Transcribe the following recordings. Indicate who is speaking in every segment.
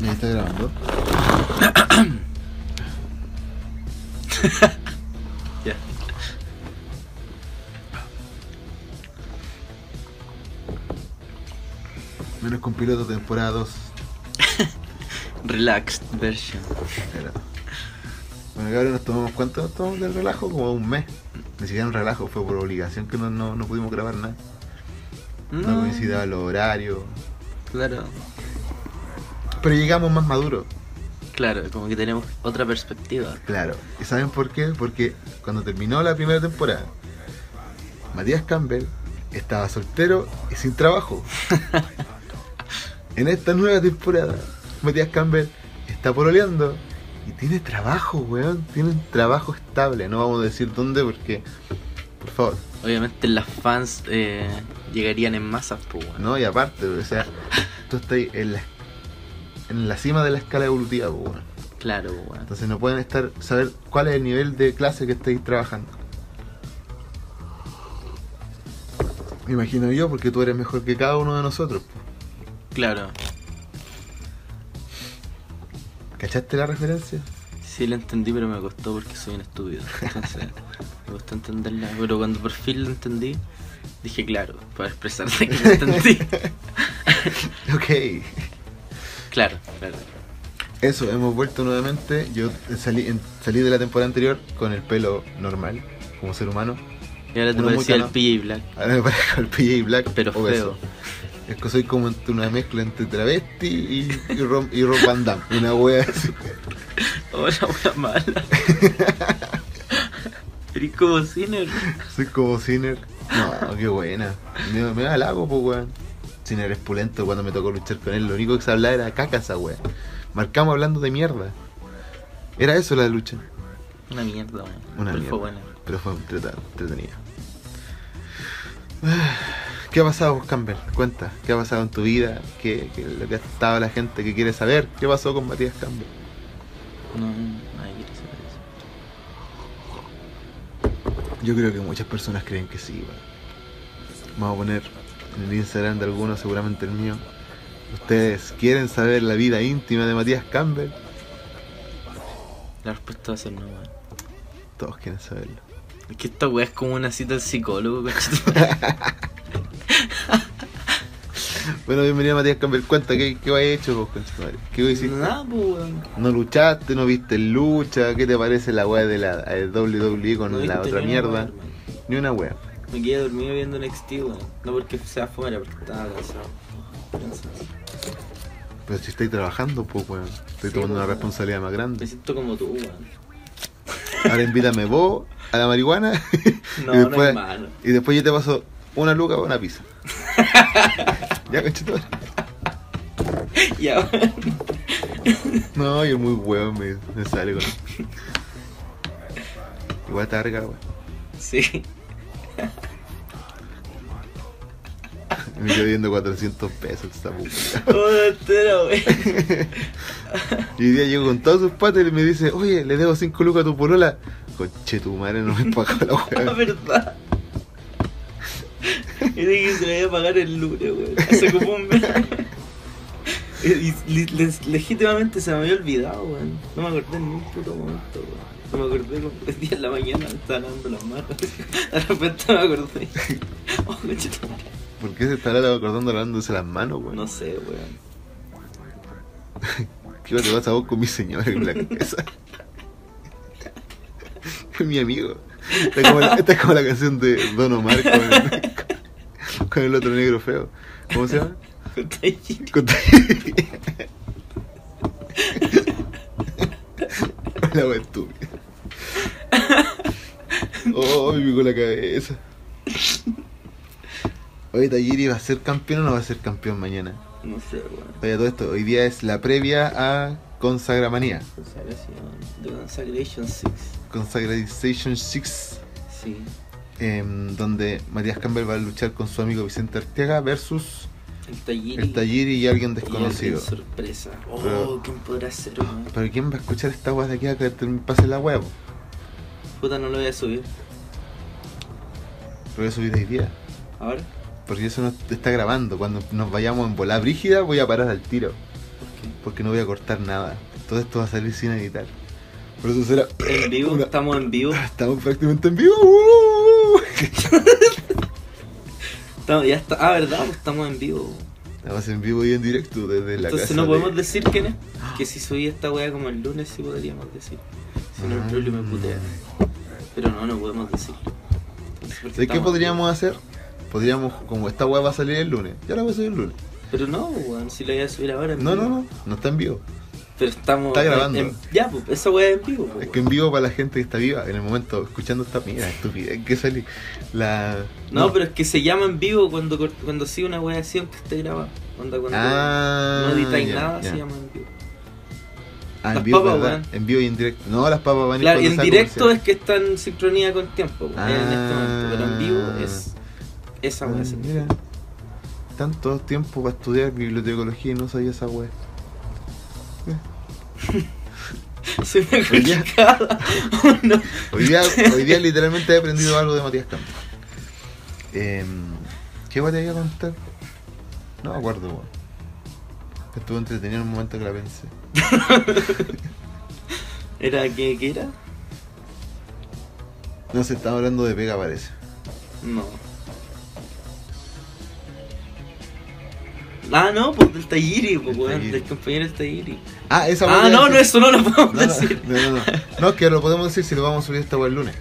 Speaker 1: ¿Me está grabando?
Speaker 2: Ya.
Speaker 1: Menos con piloto temporada 2.
Speaker 2: Relaxed version.
Speaker 1: Pero- Bueno, cabrón, nos tomamos cuánto nos tomamos del relajo? Como un mes. Ni siquiera un relajo, fue por obligación que no, no, no pudimos grabar nada. No, coincidaba los horarios.
Speaker 2: Claro,
Speaker 1: Pero llegamos más maduros.
Speaker 2: claro, como que tenemos otra perspectiva.
Speaker 1: Claro. ¿Y saben por qué? Porque cuando terminó la primera temporada, Matías Campbell estaba soltero y sin trabajo. en esta nueva temporada, Matías Campbell está pololeando y tiene trabajo, weón. Tiene un trabajo estable. No vamos a decir dónde porque, por favor,
Speaker 2: Obviamente las fans eh, llegarían en masas, pues bueno.
Speaker 1: no. Y aparte, o sea, tú estás en la, en la cima de la escala evolutiva, pues, weón.
Speaker 2: Claro, pues bueno.
Speaker 1: Entonces no pueden estar saber cuál es el nivel de clase que estáis trabajando. Me imagino yo, porque tú eres mejor que cada uno de nosotros. po.
Speaker 2: Claro,
Speaker 1: ¿Cachaste la referencia?
Speaker 2: sí la entendí, pero me costó porque soy un estúpido. Entonces, me costó entenderla. Pero cuando por fin la entendí, dije claro, para expresarte que la entendí.
Speaker 1: Ok.
Speaker 2: claro, claro.
Speaker 1: Eso, hemos vuelto nuevamente. Yo salí, en- salí de la temporada anterior con el pelo normal, como ser humano.
Speaker 2: Y ahora te
Speaker 1: Uno muy
Speaker 2: parecía el
Speaker 1: cano.
Speaker 2: PJ Black.
Speaker 1: Ahora me parezco al PJ Black,
Speaker 2: Pero
Speaker 1: obeso. Es que soy como entre una mezcla entre travesti y, y, Ron- y Ron Van Damme. Una wea así.
Speaker 2: Oh, la wea mala. Eres como Sinner.
Speaker 1: Soy como Sinner. No, qué buena. Me, me da halago, pues, weón. Sinner es pulento cuando me tocó luchar con él. Lo único que se hablaba era caca esa weón. Marcamos hablando de mierda. Era eso la lucha.
Speaker 2: Una mierda, weón.
Speaker 1: Una
Speaker 2: Pero
Speaker 1: mierda.
Speaker 2: fue buena.
Speaker 1: Pero fue entreta- entretenida. Ah, ¿Qué ha pasado, Campbell? Cuenta, ¿qué ha pasado en tu vida? ¿Qué, qué- lo que ha estado la gente que quiere saber? ¿Qué pasó con Matías Campbell?
Speaker 2: No, nadie quiere saber eso.
Speaker 1: Yo creo que muchas personas creen que sí, weón. Vamos a poner en el Instagram de algunos, seguramente el mío. ¿Ustedes quieren saber la vida íntima de Matías Campbell?
Speaker 2: La respuesta va a ser no, weón.
Speaker 1: Todos quieren saberlo.
Speaker 2: Es que esta weá es como una cita al psicólogo, cachito.
Speaker 1: Bueno, bienvenido Matías Campbell. Cuenta, ¿qué, qué has hecho vos, conchetumare? ¿Qué hiciste?
Speaker 2: Nada, pues, weón.
Speaker 1: ¿No luchaste? ¿No viste lucha? ¿Qué te parece la weá de la eh, WWE con
Speaker 2: No
Speaker 1: la
Speaker 2: viste
Speaker 1: otra
Speaker 2: ni una
Speaker 1: mierda?
Speaker 2: weá, hermano.
Speaker 1: Ni una weá.
Speaker 2: Me quedé dormido viendo NXT, weón. No porque sea fuera, porque estaba cansado. Cansado.
Speaker 1: Pero si estáis trabajando, pues, weón. Estoy
Speaker 2: Sí,
Speaker 1: tomando
Speaker 2: pues,
Speaker 1: una
Speaker 2: weón.
Speaker 1: responsabilidad más
Speaker 2: Me
Speaker 1: grande.
Speaker 2: siento como tú, weón.
Speaker 1: Ahora invítame vos a la marihuana.
Speaker 2: No,
Speaker 1: y,
Speaker 2: no,
Speaker 1: después,
Speaker 2: hermano.
Speaker 1: y después yo te paso una luca o una pizza. ya, conchetumare.
Speaker 2: Ya, weón.
Speaker 1: No, yo muy weón me, me sale con Igual está recargado, weón.
Speaker 2: Sí.
Speaker 1: Me quedo viendo 400 pesos esta puta.
Speaker 2: Joder, entera, weón.
Speaker 1: Y hoy día llego con todas sus patas y me dice, oye, le debo 5 lucas a tu polola. Conche, tu madre no me pagó la
Speaker 2: La
Speaker 1: weón.
Speaker 2: verdad. Y dije que se le iba a pagar el lunes, weón. Hace como un mes. Y, y li- les- legítimamente se me había olvidado, weón. No me acordé en ni un puto momento, weón. No me acordé como el día en la mañana me estaba lavando las manos. De repente me acordé. Oh, conchetumare.
Speaker 1: ¿Por qué se estará acordando lavándose las manos, weón?
Speaker 2: No sé, weón.
Speaker 1: ¿Qué te pasa vos con mi señora en la cabeza? Es mi amigo. Esta es como la, esta es como la canción de Don Omar con el, con el otro negro feo. ¿Cómo se llama?
Speaker 2: Conté giro.
Speaker 1: Con- la wea estúpida. Oh, me picó la cabeza. Oye, Tayiri, ¿va a ser campeón o no va a ser campeón mañana?
Speaker 2: No sé, weón.
Speaker 1: Oye, todo esto, hoy día es la previa a Consagramanía.
Speaker 2: Consagración. The Consagration 6.
Speaker 1: Consagration 6.
Speaker 2: Sí.
Speaker 1: em, donde Matías Campbell va a luchar con su amigo Vicente Arteaga versus
Speaker 2: El Talliri.
Speaker 1: el Talliri y alguien
Speaker 2: y alguien
Speaker 1: desconocido.
Speaker 2: sorpresa. Oh,
Speaker 1: Pero-
Speaker 2: ¿quién podrá ser, weón?
Speaker 1: Pero ¿quién va a escuchar esta weá de aquí a que termine- pase la huevo?
Speaker 2: Puta, no lo voy a subir.
Speaker 1: Lo voy a subir hoy día.
Speaker 2: Ahora,
Speaker 1: Porque eso no está grabando. Cuando nos vayamos en volar brígida voy a parar al tiro.
Speaker 2: ¿por qué?
Speaker 1: Porque no voy a cortar nada. Todo esto va a salir sin editar. Por eso será...
Speaker 2: En vivo,
Speaker 1: una-
Speaker 2: estamos en vivo.
Speaker 1: Estamos prácticamente en vivo. ¡Uh!
Speaker 2: Estamos- ya está, ah, verdad, Pues estamos en vivo.
Speaker 1: Estamos en vivo y en directo desde la
Speaker 2: Entonces
Speaker 1: casa.
Speaker 2: no
Speaker 1: de-
Speaker 2: podemos decir quién es. Que si subí esta weá como el lunes sí podríamos decir. Si
Speaker 1: Ah.
Speaker 2: no el Julio me putea. Pero no, no podemos decirlo. Entonces, porque
Speaker 1: ¿Sabes qué
Speaker 2: estamos-
Speaker 1: podríamos hacer? Podríamos, como esta web va a salir el lunes, ya la voy a subir el lunes.
Speaker 2: Pero no, pues, weón, si la voy a subir ahora en
Speaker 1: No,
Speaker 2: vivo.
Speaker 1: no, no, no está en vivo.
Speaker 2: Pero estamos.
Speaker 1: Está grabando.
Speaker 2: en- ya, pues, esa weá es en vivo. pues,
Speaker 1: Es que en vivo para la gente que está viva, en el momento escuchando esta mira, estupidez que salí. La.
Speaker 2: weón. no, pero es que se llama en vivo cuando, cort- cuando sigue una weá así, aunque esté grabada. Onda, cuando
Speaker 1: Ah,
Speaker 2: no editáis
Speaker 1: ya,
Speaker 2: nada,
Speaker 1: ya.
Speaker 2: se llama en vivo.
Speaker 1: Ah, en
Speaker 2: las
Speaker 1: vivo,
Speaker 2: papas,
Speaker 1: ¿verdad?
Speaker 2: weón.
Speaker 1: En vivo y en directo. No, las papas van a ir
Speaker 2: Claro,
Speaker 1: cuando
Speaker 2: en
Speaker 1: sea
Speaker 2: directo
Speaker 1: comercial.
Speaker 2: es que está en sincronía con tiempo, pues, en este momento. Pero en vivo es. Esa weá
Speaker 1: Ah,
Speaker 2: se
Speaker 1: Mira. Tanto tiempo para estudiar bibliotecología y no sabía esa web.
Speaker 2: Soy una
Speaker 1: Hoy día-
Speaker 2: complicada. Oh, no.
Speaker 1: Hoy día, hoy día literalmente he aprendido algo de Matías Campos. Em, ¿Qué guay te iba a contar? No me acuerdo, weón. Estuve entretenido en un momento que la pensé.
Speaker 2: ¿Era qué, qué era?
Speaker 1: No se estaba hablando de pega, parece.
Speaker 2: No. Ah, no, pues del Tayiri, pues,
Speaker 1: Del
Speaker 2: weón,
Speaker 1: Tayiri.
Speaker 2: del compañero del Tayiri.
Speaker 1: Ah, esa
Speaker 2: Ah,
Speaker 1: guay
Speaker 2: no,
Speaker 1: que-
Speaker 2: no, eso no lo podemos
Speaker 1: No, no,
Speaker 2: decir.
Speaker 1: No, no, no. No, es que lo podemos decir si lo vamos a subir esta weá el lunes.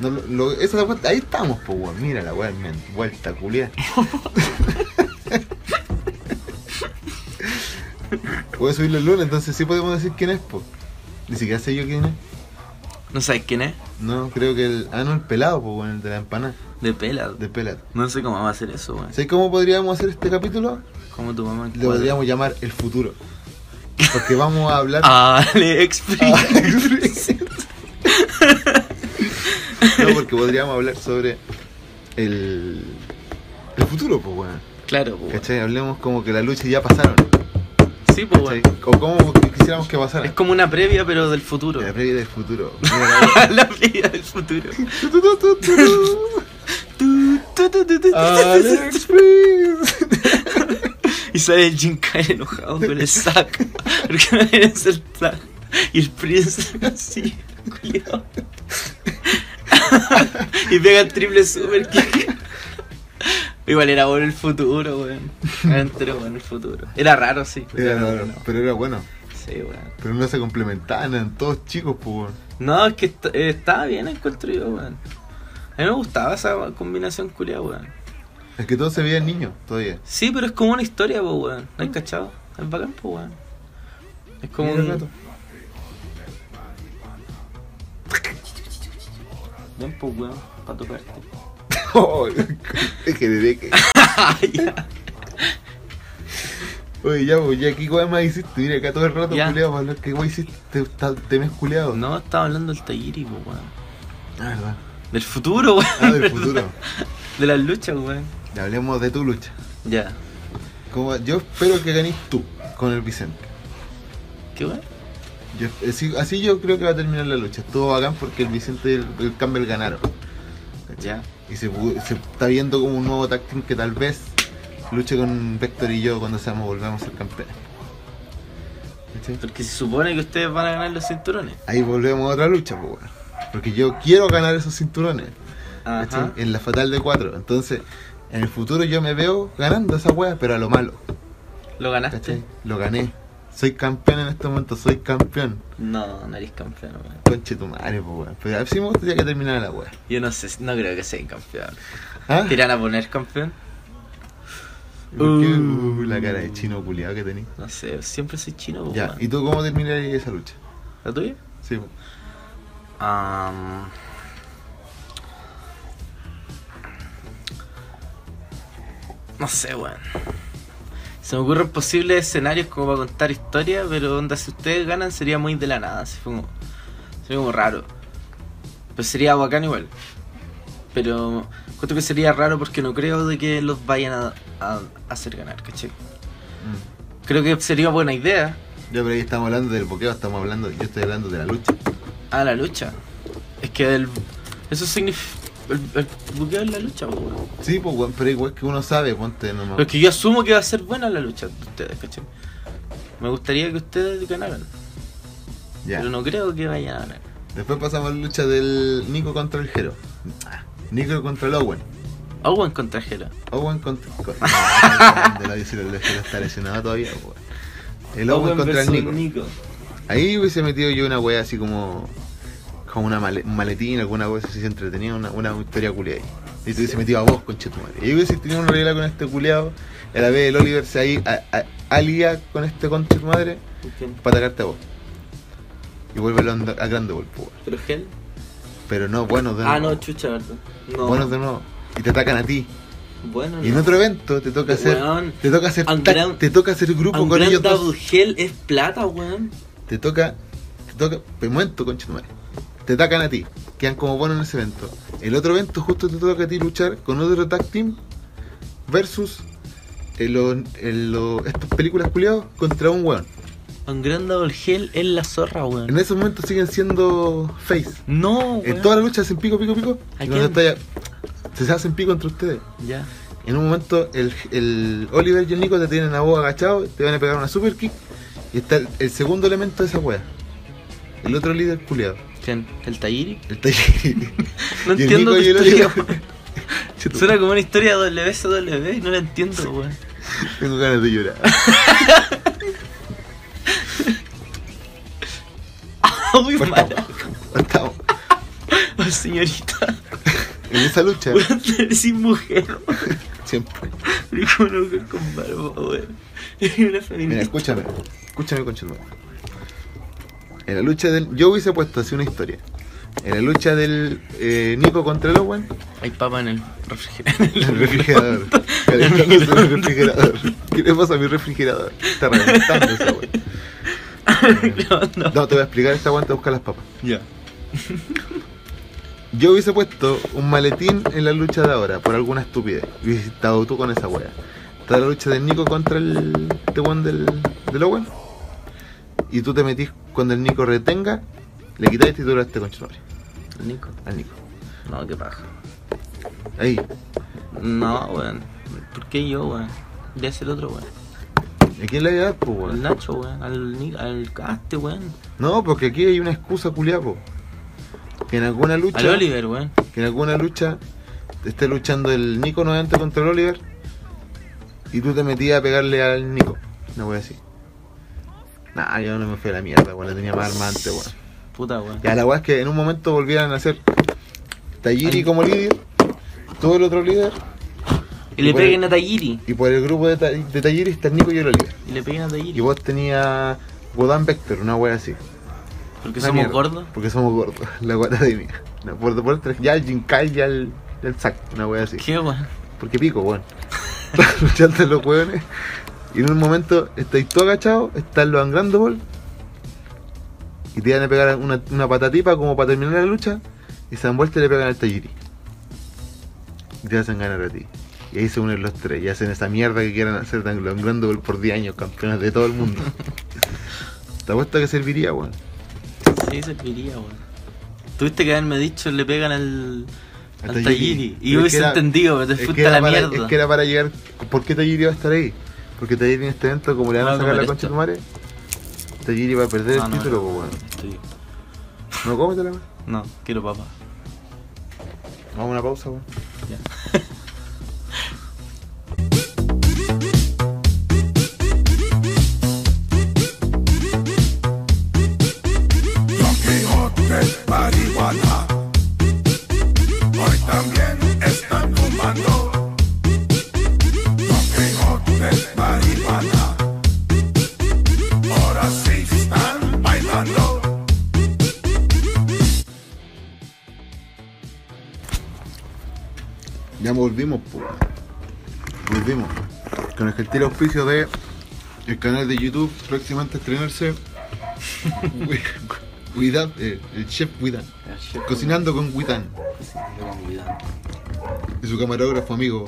Speaker 1: No, lo- lo- esa es la weá- ahí estamos, pues, weón. Mira la weá, men, vuelta, culia. Voy a subirlo el lunes, entonces sí podemos decir quién es, pues. Ni siquiera sé yo quién es.
Speaker 2: No sabes quién es.
Speaker 1: No, creo que el. Ah, no, el pelado, pues, weón, el de la empanada.
Speaker 2: De pelas.
Speaker 1: De pelado.
Speaker 2: No sé cómo va a ser eso, weón.
Speaker 1: ¿Sabes cómo podríamos hacer este capítulo?
Speaker 2: Como tu mamá.
Speaker 1: Lo podríamos llamar El Futuro. Porque vamos a hablar.
Speaker 2: Ah, Alex
Speaker 1: Ah. no, porque podríamos hablar sobre el, el futuro, pues, weón.
Speaker 2: Claro, pues. weón.
Speaker 1: ¿Cachai? Hablemos como que la lucha ya pasaron.
Speaker 2: Sí, pues,
Speaker 1: ¿cachai?
Speaker 2: weón.
Speaker 1: O como que quisiéramos que pasara.
Speaker 2: Es como una previa, pero del futuro.
Speaker 1: La previa del futuro. Mira la-
Speaker 2: La previa del futuro.
Speaker 1: Tu, tu, tu, tu, tu.
Speaker 2: Tu, tu, tu, tu, tu.
Speaker 1: Alex Freeze.
Speaker 2: Y sale el Jinkai enojado con el saco. Porque no eres el plan. Y el Prince así, culiao. Y pega el triple super kick. Igual era bueno el futuro, weón. Era entero bueno el futuro. Era raro, sí.
Speaker 1: Era
Speaker 2: Era
Speaker 1: raro, pero era bueno.
Speaker 2: Sí, weón.
Speaker 1: Pero no se complementaban, eran todos chicos, pues, weón.
Speaker 2: No, es que est- eh, estaba bien encuentro yo, weón. A mí me gustaba esa combinación culia, weón.
Speaker 1: Es que todos se veían niños todavía.
Speaker 2: Sí, pero es como una historia, po, weón. ¿No hay cachado? Es bacán, po, weón. Es como
Speaker 1: Mm. Mira
Speaker 2: un...
Speaker 1: el gato.
Speaker 2: Ven, po, weón, para tocarte.
Speaker 1: Es que Oh, de- que-
Speaker 2: Ah, ya.
Speaker 1: Oye, ya, pues, ya, ¿qué guay más hiciste? Mira, acá todo el rato,
Speaker 2: Ya.
Speaker 1: culeado, para hablar. ¿Qué guay hiciste? Te, ta- te me has culeado.
Speaker 2: No, estaba hablando del Tayiri, po, weón.
Speaker 1: Ah, verdad.
Speaker 2: Del futuro, weón.
Speaker 1: Ah, del
Speaker 2: ¿verdad?
Speaker 1: futuro.
Speaker 2: De las luchas, weón.
Speaker 1: Ya hablemos de tu lucha.
Speaker 2: Ya.
Speaker 1: Como, yo espero que ganes tú con el Vicente.
Speaker 2: ¿Qué weón?
Speaker 1: Yo- así, así yo creo que va a terminar la lucha. Estuvo bacán porque el Vicente y el, el Campbell ganaron.
Speaker 2: Ya.
Speaker 1: Y se, pu- se está viendo como un nuevo tag team que tal vez luche con Vector y yo cuando seamos volvamos a ser campeones. ¿Cachai?
Speaker 2: Porque se supone que ustedes van a ganar los cinturones.
Speaker 1: Ahí volvemos a otra lucha, pues, weón. Porque yo quiero ganar esos cinturones. ¿cachai?
Speaker 2: Ajá.
Speaker 1: En la fatal de 4. Entonces, en el futuro yo me veo ganando esa wea, pero a lo malo.
Speaker 2: ¿Lo ganaste?
Speaker 1: ¿cachai? Lo gané. Soy campeón en este momento, soy campeón.
Speaker 2: No, no eres campeón, weón.
Speaker 1: Conche tu madre, po, weón. Pero a ver si me gustaría que terminara la wea.
Speaker 2: Yo no sé, no creo que sean campeón.
Speaker 1: ¿Ah?
Speaker 2: ¿Te irán a poner campeón?
Speaker 1: ¿Y por qué?
Speaker 2: Uh.
Speaker 1: Uh, la cara de chino culiado que tenés.
Speaker 2: No sé, siempre soy chino, po,
Speaker 1: Ya,
Speaker 2: weón.
Speaker 1: ¿y tú cómo terminarías esa lucha?
Speaker 2: ¿La tuya?
Speaker 1: Sí, po.
Speaker 2: Am. No sé, weón. Se me ocurren posibles escenarios como para contar historia, pero onda, si ustedes ganan sería muy de la nada, así fue como- sería como raro. Pero sería bacán igual. Pero creo que sería raro porque no creo de que los vayan a, a hacer ganar, ¿cachai?
Speaker 1: Mm.
Speaker 2: Creo que sería buena idea
Speaker 1: Ya, pero ahí estamos hablando del boqueo, estamos hablando, yo estoy hablando de la lucha.
Speaker 2: a la lucha. Es que el, eso significa... El, el buqueo es la lucha, po, weón.
Speaker 1: Sí, pues, weón, pero igual que uno sabe, ponte nomás.
Speaker 2: Pero es que yo asumo que va a ser buena la lucha de ustedes, ¿cachai? Me gustaría que ustedes ganaran,
Speaker 1: Ya.
Speaker 2: pero no creo que vayan a ganar.
Speaker 1: Después pasamos a la lucha del Nico contra el Jero. Ah, Nico contra el Owen.
Speaker 2: Owen contra Jera.
Speaker 1: Owen contra. con- No, de la bici, el Jero está lesionado todavía, pues, weón. El Owen, contra el
Speaker 2: versus
Speaker 1: Nico. Ahí hubiese metido yo una wea así como. Como una male- un maletín, alguna cosa así entretenida, una, una historia culiada ahí. Y te hubiese metido a vos, conchetumare. Y hubiese tenido una regla con este culiado. A la vez el Oliver se ahí a- a- alía con este conchetumadre
Speaker 2: Entiendo.
Speaker 1: para atacarte a vos. Y vuelve a, a Grandoble, po, weón.
Speaker 2: ¿Pero Gel?
Speaker 1: Pero no, buenos de
Speaker 2: Ah,
Speaker 1: nuevo.
Speaker 2: no, chucha, verdad. No.
Speaker 1: Buenos de nuevo. Y te atacan a ti.
Speaker 2: Bueno,
Speaker 1: Y en
Speaker 2: no.
Speaker 1: otro evento te toca hacer.
Speaker 2: Weón,
Speaker 1: Te toca hacer,
Speaker 2: a un
Speaker 1: tac-
Speaker 2: gran-
Speaker 1: te toca hacer grupo
Speaker 2: Un
Speaker 1: con
Speaker 2: gran
Speaker 1: ellos dos.
Speaker 2: double Hell es plata, weón.
Speaker 1: Te toca. Te toca. pero un momento, concha tu madre. Te atacan a ti. Quedan como buenos en ese evento. El otro evento justo te toca a ti luchar con otro tag team versus eh, los- eh, los- estas películas culiados contra un weón.
Speaker 2: Un gran double Hell es la zorra,
Speaker 1: En
Speaker 2: weón.
Speaker 1: esos momentos siguen siendo face.
Speaker 2: No, weón.
Speaker 1: En toda la lucha hacen pico, pico, pico.
Speaker 2: ¿A
Speaker 1: Y cuando
Speaker 2: quién?
Speaker 1: está ya- se hacen pico entre ustedes.
Speaker 2: Ya.
Speaker 1: En un momento el, el Oliver y el Nico te tienen a vos agachado, te van a pegar una super kick y está el, el segundo elemento de esa wea. El otro líder culiado.
Speaker 2: ¿Quién? ¿El Tairi?
Speaker 1: El Tairi.
Speaker 2: No
Speaker 1: Y el
Speaker 2: entiendo
Speaker 1: Nico
Speaker 2: tu
Speaker 1: y el
Speaker 2: historia,
Speaker 1: Oliver.
Speaker 2: weón.
Speaker 1: Chetu,
Speaker 2: Suena como una historia de WSW y no la entiendo, weón.
Speaker 1: Tengo ganas de llorar.
Speaker 2: Muy
Speaker 1: Por
Speaker 2: malo,
Speaker 1: Estamos
Speaker 2: señorita.
Speaker 1: en esa lucha
Speaker 2: Weón, eres sin mujer, weón.
Speaker 1: siempre.
Speaker 2: Eres como una mujer con barba, weón. Eres una
Speaker 1: Mira,
Speaker 2: feminista.
Speaker 1: escúchame. Escúchame, conchetumare. En la lucha del. Yo hubiese puesto así una historia. En la lucha del eh, Nico contra el Owen,
Speaker 2: Hay papa en el refrigerador.
Speaker 1: El refrigerador. Calentándose en el refrigerador. ¿Qué le pasa a mi refrigerador? Está reventando esa wea.
Speaker 2: Grabando.
Speaker 1: No, te voy a explicar esta guanta busca las papas.
Speaker 2: Ya.
Speaker 1: Yo hubiese puesto un maletín en la lucha de ahora, por alguna estupidez. Hubiese estado tú con esa wea. Está la lucha del Nico contra el este weón del, del Owen. Y tú te metís cuando el Nico retenga, le quitas el titular a este conchetumare,
Speaker 2: Nico.
Speaker 1: Al Nico.
Speaker 2: No, qué paja.
Speaker 1: Ahí.
Speaker 2: No, weón. ¿Por qué yo, weón? Voy a hacer otro, weón.
Speaker 1: ¿A quién le voy a dar, po,
Speaker 2: Al
Speaker 1: weón?
Speaker 2: Nacho, weón. Al, Ni- al a este, weón.
Speaker 1: No, porque aquí hay una excusa culiapo. Que en alguna lucha.
Speaker 2: Al Oliver, weón.
Speaker 1: que en alguna lucha esté luchando el Nico nuevamente contra el Oliver y tú te metías a pegarle al Nico. No voy así. Nah, yo no me fui a la mierda, weón. La tenía más armada antes, weón.
Speaker 2: Puta, weón.
Speaker 1: Ya la weá es que en un momento volvieran a ser Tajiri
Speaker 2: Ay.
Speaker 1: como líder, todo el otro líder,
Speaker 2: Y le
Speaker 1: Igual-
Speaker 2: peguen a Tayiri.
Speaker 1: y por el grupo de, Ta- de Tajiri está el Nico y el Oliver.
Speaker 2: Y le peguen a
Speaker 1: Y
Speaker 2: Tayiri.
Speaker 1: vos tenías Godan Vector, una weá así.
Speaker 2: Porque
Speaker 1: Una
Speaker 2: somos
Speaker 1: mierda,
Speaker 2: gordos.
Speaker 1: Porque somos gordos, la guata de mí. No, por, por tres- ya el Jinkai, ya el, ya el Zack, una weá así.
Speaker 2: ¿Qué, weón?
Speaker 1: Porque pico, weón. Están luchando los hueones. Y en un momento estáis tú agachado, están los Angrandable. Y te van a pegar una, una patatipa como para terminar la lucha. Y se dan vuelta y le pegan al Tajiri. Y te hacen ganar a ti. Y ahí se unen los tres y hacen esa mierda que quieran hacer de los Angrandable por 10 años, campeones de todo el mundo. Te apuesto que serviría, weón.
Speaker 2: Sí, serviría, weón. Tuviste que haberme dicho le pegan al.
Speaker 1: Al
Speaker 2: al
Speaker 1: Tajiri.
Speaker 2: Tayiri.
Speaker 1: Pero es
Speaker 2: Y hubiese
Speaker 1: que era-
Speaker 2: entendido, pero te
Speaker 1: Es
Speaker 2: fuiste
Speaker 1: que,
Speaker 2: a
Speaker 1: era
Speaker 2: la
Speaker 1: para,
Speaker 2: mierda.
Speaker 1: es que era para llegar. ¿Por qué Tajiri va a estar ahí? Porque Tajiri en este evento, como le van
Speaker 2: No,
Speaker 1: a sacar
Speaker 2: como
Speaker 1: la
Speaker 2: el
Speaker 1: concha a
Speaker 2: esto.
Speaker 1: tu madre, Tajiri va a perder
Speaker 2: No,
Speaker 1: el
Speaker 2: no,
Speaker 1: título,
Speaker 2: no.
Speaker 1: pues weón.
Speaker 2: Estoy-
Speaker 1: No, cómetela, weón.
Speaker 2: No, quiero papá.
Speaker 1: Vamos a una pausa, weón.
Speaker 2: Ya.
Speaker 3: Quijote, marihuana. Hoy también están fumando. Don Quijote, marihuana. Ahora sí están bailando.
Speaker 1: Ya volvimos, pues. weón. Volvimos. Con el gentil auspicio de el canal de YouTube, próximamente a estrenarse. Wi- Guidán, eh, el chef Guidán. Cocinando con Guidán.
Speaker 2: sí, lo vamos cuidando.
Speaker 1: Y su camarógrafo amigo,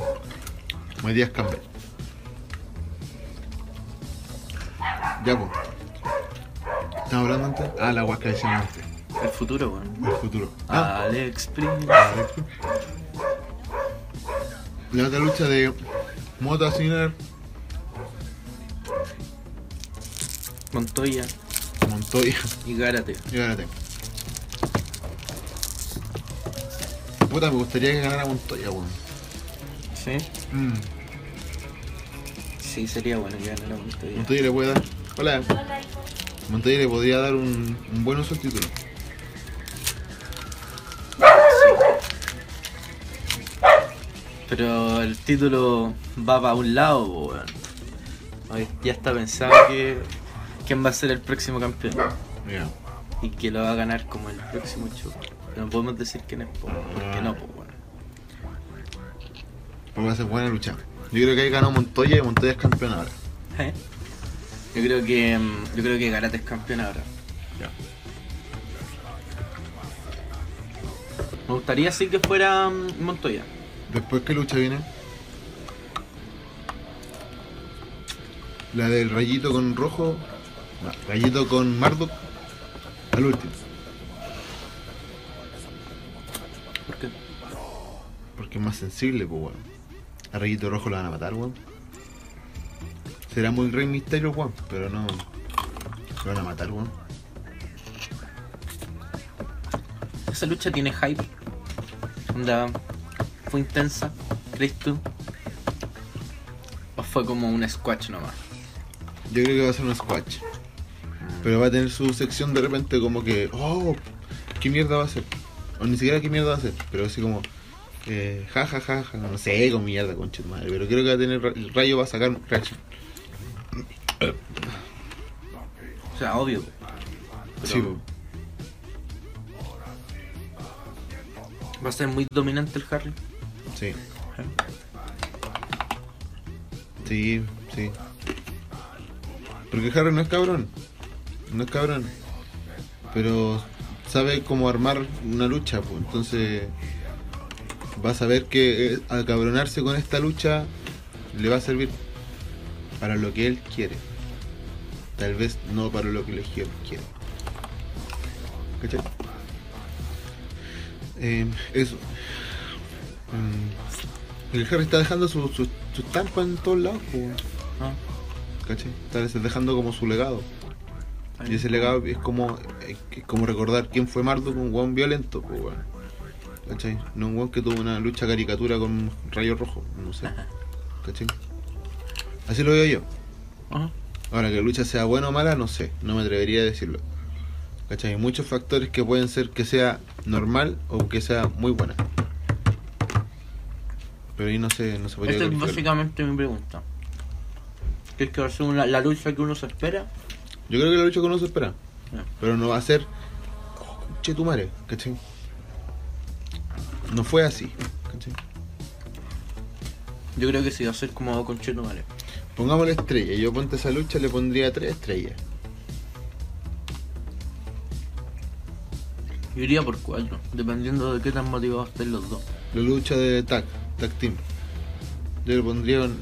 Speaker 1: Matías Campbell. Ya, pues. ¿Estamos hablando antes? Ah, la huasca de antes.
Speaker 2: El futuro, weón.
Speaker 1: El futuro. Ah,
Speaker 2: Alex Prince.
Speaker 1: la otra lucha de Mota Sinner,
Speaker 2: Montoya
Speaker 1: Montoya
Speaker 2: y Gárate.
Speaker 1: y Garate. Puta, me gustaría que ganara Montoya, weón.
Speaker 2: ¿Sí?
Speaker 1: Mm,
Speaker 2: Sí, sería bueno que ganara Montoya.
Speaker 1: Montoya le puede dar. Hola. Montoya le podría dar un, un buen uso al título.
Speaker 2: Pero el título va para un lado, po, weón. Hoy Ya está pensado que quién va a ser el próximo campeón.
Speaker 1: Mira.
Speaker 2: Y que lo va a ganar como el próximo show. No podemos decir quién es, po, porque no, po, weón.
Speaker 1: Porque va a ser Pues buena lucha. Yo creo que ahí ganó Montoya y Montoya es campeón ahora.
Speaker 2: ¿Eh? Yo creo que mm, yo creo que Garate es campeón ahora.
Speaker 1: Ya.
Speaker 2: Me gustaría sí que fuera mm, Montoya.
Speaker 1: Después, ¿qué lucha viene? La del rayito con rojo. No, rayito con Marduk. Al último.
Speaker 2: ¿Por qué?
Speaker 1: Porque es más sensible, pues, weón. A rayito rojo lo van a matar, weón. Será muy rey misterio, weón. Pero no. Lo van a matar, weón.
Speaker 2: Esa lucha tiene hype. Onda, fue intensa, ¿crees tú? ¿O fue como un squash nomás?
Speaker 1: Yo creo que va a ser un squash. Pero va a tener su sección de repente como que, oh, ¿qué mierda va a ser? O ni siquiera qué mierda va a ser, pero así como, eh, ja, ja, ja, ja, no sé, con mierda, concha de madre. Pero creo que va a tener, ra- el rayo va a sacar reacción.
Speaker 2: O sea, obvio. Pero
Speaker 1: Sí, po.
Speaker 2: Va a ser muy dominante el Harry.
Speaker 1: sí. Sí, sí. Porque Harry no es cabrón. No es cabrón. Pero sabe cómo armar una lucha, pues. Entonces va a saber que eh, al cabronarse con esta lucha le va a servir para lo que él quiere. Tal vez no para lo que el elegido quiere. ¿Cachai? Eh, eso. Mm, El Harry está dejando su, su, su estampa en todos lados, pues. weón.
Speaker 2: ¿no?
Speaker 1: ¿Cachai? Tal vez dejando como su legado. Y ese legado es como, es como recordar quién fue Marduk, un weón violento, pues weón. ¿Cachai? No un weón que tuvo una lucha caricatura con rayo rojo, no sé. ¿Cachai? Así lo veo yo.
Speaker 2: Ajá.
Speaker 1: Ahora, que la lucha sea buena o mala, no sé, no me atrevería a decirlo. ¿Cachai? Hay muchos factores que pueden ser que sea normal o que sea muy buena. Pero ahí no sé, no se podría
Speaker 2: Esta Este es
Speaker 1: calificar.
Speaker 2: básicamente mi pregunta. ¿Crees que va a ser una- la lucha que uno se espera?
Speaker 1: Yo creo que la lucha con no se espera.
Speaker 2: Ya.
Speaker 1: Pero no va a ser. Che tu madre, ¿cachai? No fue así, ¿cachai?
Speaker 2: Yo creo que sí, va a ser como con Cheto Vale.
Speaker 1: Pongamos la estrella. Yo ponte esa lucha le pondría tres estrellas.
Speaker 2: Yo iría por cuatro, dependiendo de qué tan motivados estén los dos.
Speaker 1: La lucha de tag, tag team. Yo le pondría un